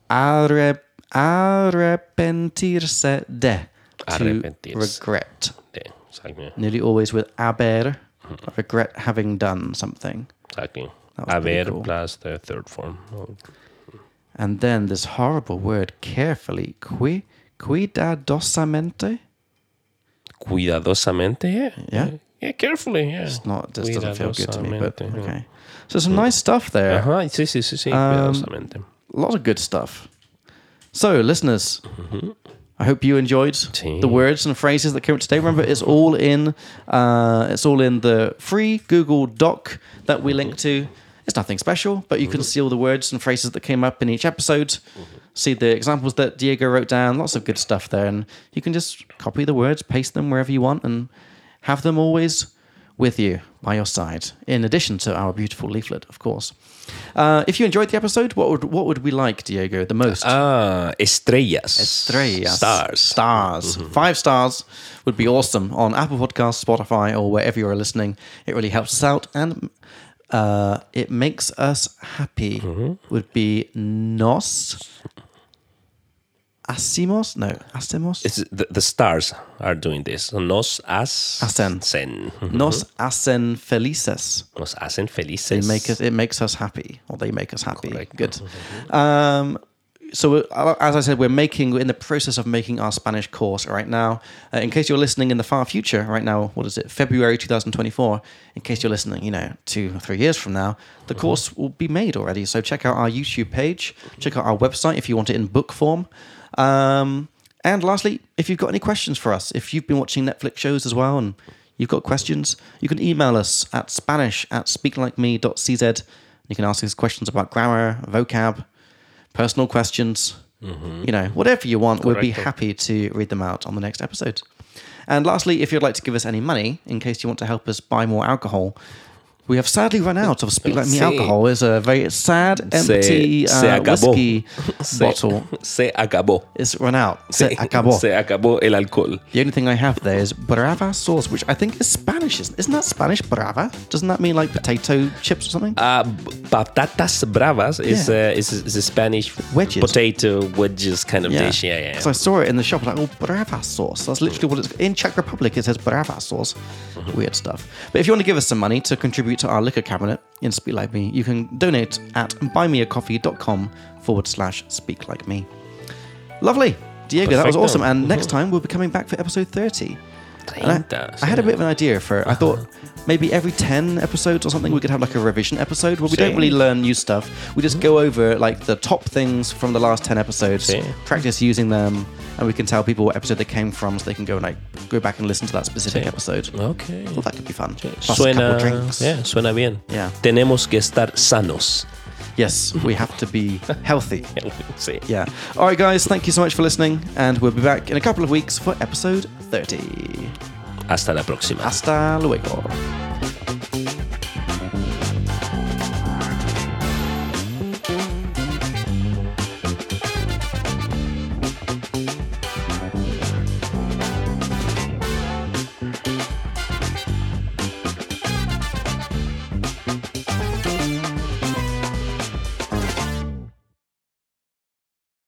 S1: arre- arrepentirse de, to
S2: Arrepentirse.
S1: regret.
S2: De. Exactly.
S1: Nearly always with haber,
S2: Uh-huh.
S1: regret having done something.
S2: Exactly.
S1: That was pretty
S2: Haber
S1: cool.
S2: plus the third form. Oh,
S1: And then this horrible word, carefully, qui, cuidadosamente.
S2: Cuidadosamente, yeah.
S1: Yeah.
S2: Yeah, carefully, yeah.
S1: It's not, it just doesn't feel good to me, but
S2: Cuidadosamente, yeah.
S1: okay. So some nice stuff there.
S2: Ajá, sí, sí, sí, sí.
S1: Um,
S2: cuidadosamente.
S1: A lot of good stuff. So, listeners, I hope you enjoyed
S2: Sí.
S1: the words and phrases that came up today. Remember, it's all in uh, it's all in the free Google Doc that we link to. It's nothing special, but you can see all the words and phrases that came up in each episode. See the examples that Diego wrote down. Lots of good stuff there, and you can just copy the words, paste them wherever you want, and have them always with you by your side. In addition to our beautiful leaflet, of course. Uh, if you enjoyed the episode, what would what would we like, Diego, the most?
S2: Ah, estrellas.
S1: Estrellas.
S2: Stars. Mm-hmm.
S1: Stars. Five stars would be awesome on Apple Podcasts, Spotify, or wherever you're listening. It really helps us out and uh, it makes us happy.
S2: Mm-hmm.
S1: Would be nos. Hacemos? No. Hacemos?
S2: It's, the, the stars are doing this. Nos as-
S1: Hacen.
S2: sen.
S1: Nos
S2: Mm-hmm.
S1: hacen felices.
S2: Nos hacen
S1: They
S2: felices.
S1: make us, it makes us happy, or they make us happy.
S2: Correct.
S1: Good. Um, so, we're- uh, as I said, we're making, we're in the process of making our Spanish course right now. Uh, in case you're listening in the far future, right now, what is it, February 2024? In case you're listening, you know, two or three years from now, the course will be made already. So, check out our YouTube page, check out our website if you want it in book form. Um, and lastly, if you've got any questions for us, if you've been watching Netflix shows as well and you've got questions, you can email us at spanish at speaklikeme.cz. You can ask us questions about grammar, vocab, personal questions, you know, whatever you want. We'd be
S2: Mm-hmm. Correcto.
S1: happy to read them out on the next episode. And lastly, if you'd like to give us any money in case you want to help us buy more alcohol, we have sadly run out of Speak Like Me
S2: Sí.
S1: alcohol. It's a very sad,
S2: Se-
S1: empty
S2: se
S1: uh,
S2: acabó.
S1: whiskey
S2: Se-
S1: bottle.
S2: Se acabó.
S1: It's run out. Se acabó.
S2: Se acabó el alcohol.
S1: The only thing I have there is brava sauce, which I think is Spanish. Isn't, isn't that Spanish brava? Doesn't that mean like potato chips or something?
S2: Uh, patatas bravas is,
S1: Yeah.
S2: uh, is, is a Spanish
S1: Wedges.
S2: potato wedges kind of dish. Yeah, yeah.
S1: Because I saw it in the shop. I was like, oh, brava sauce. That's literally what it's in Czech Republic. It says brava sauce.
S2: Mm-hmm.
S1: Weird stuff. But if you want to give us some money to contribute to our liquor cabinet in Speak Like Me, you can donate at buymeacoffee.com forward slash speak like me. Lovely. Diego, that was
S2: Perfecto. Mm-hmm.
S1: awesome. And next time we'll be coming back for episode 30. And I,
S2: Treinta,
S1: I had a
S2: sí.
S1: bit of an idea for it. I thought
S2: Uh-huh.
S1: maybe every 10 episodes or something we could have like a revision episode where we don't
S2: Sí.
S1: really learn new stuff. We just
S2: Mm-hmm.
S1: go over like the top things from the last 10 episodes,
S2: Sí.
S1: practice using them, and we can tell people what episode they came from so they can go and like go back and listen to that specific
S2: Sí.
S1: episode.
S2: Okay.
S1: Well, that could be fun. Plus a couple
S2: Suena,
S1: drinks.
S2: yeah, suena bien.
S1: Yeah.
S2: Tenemos que estar sanos.
S1: Yes, we have to be healthy.
S2: sí.
S1: Yeah. All right, guys, thank you so much for listening, and we'll be back in a couple of weeks for episode 30.
S2: Hasta la próxima.
S1: Hasta luego.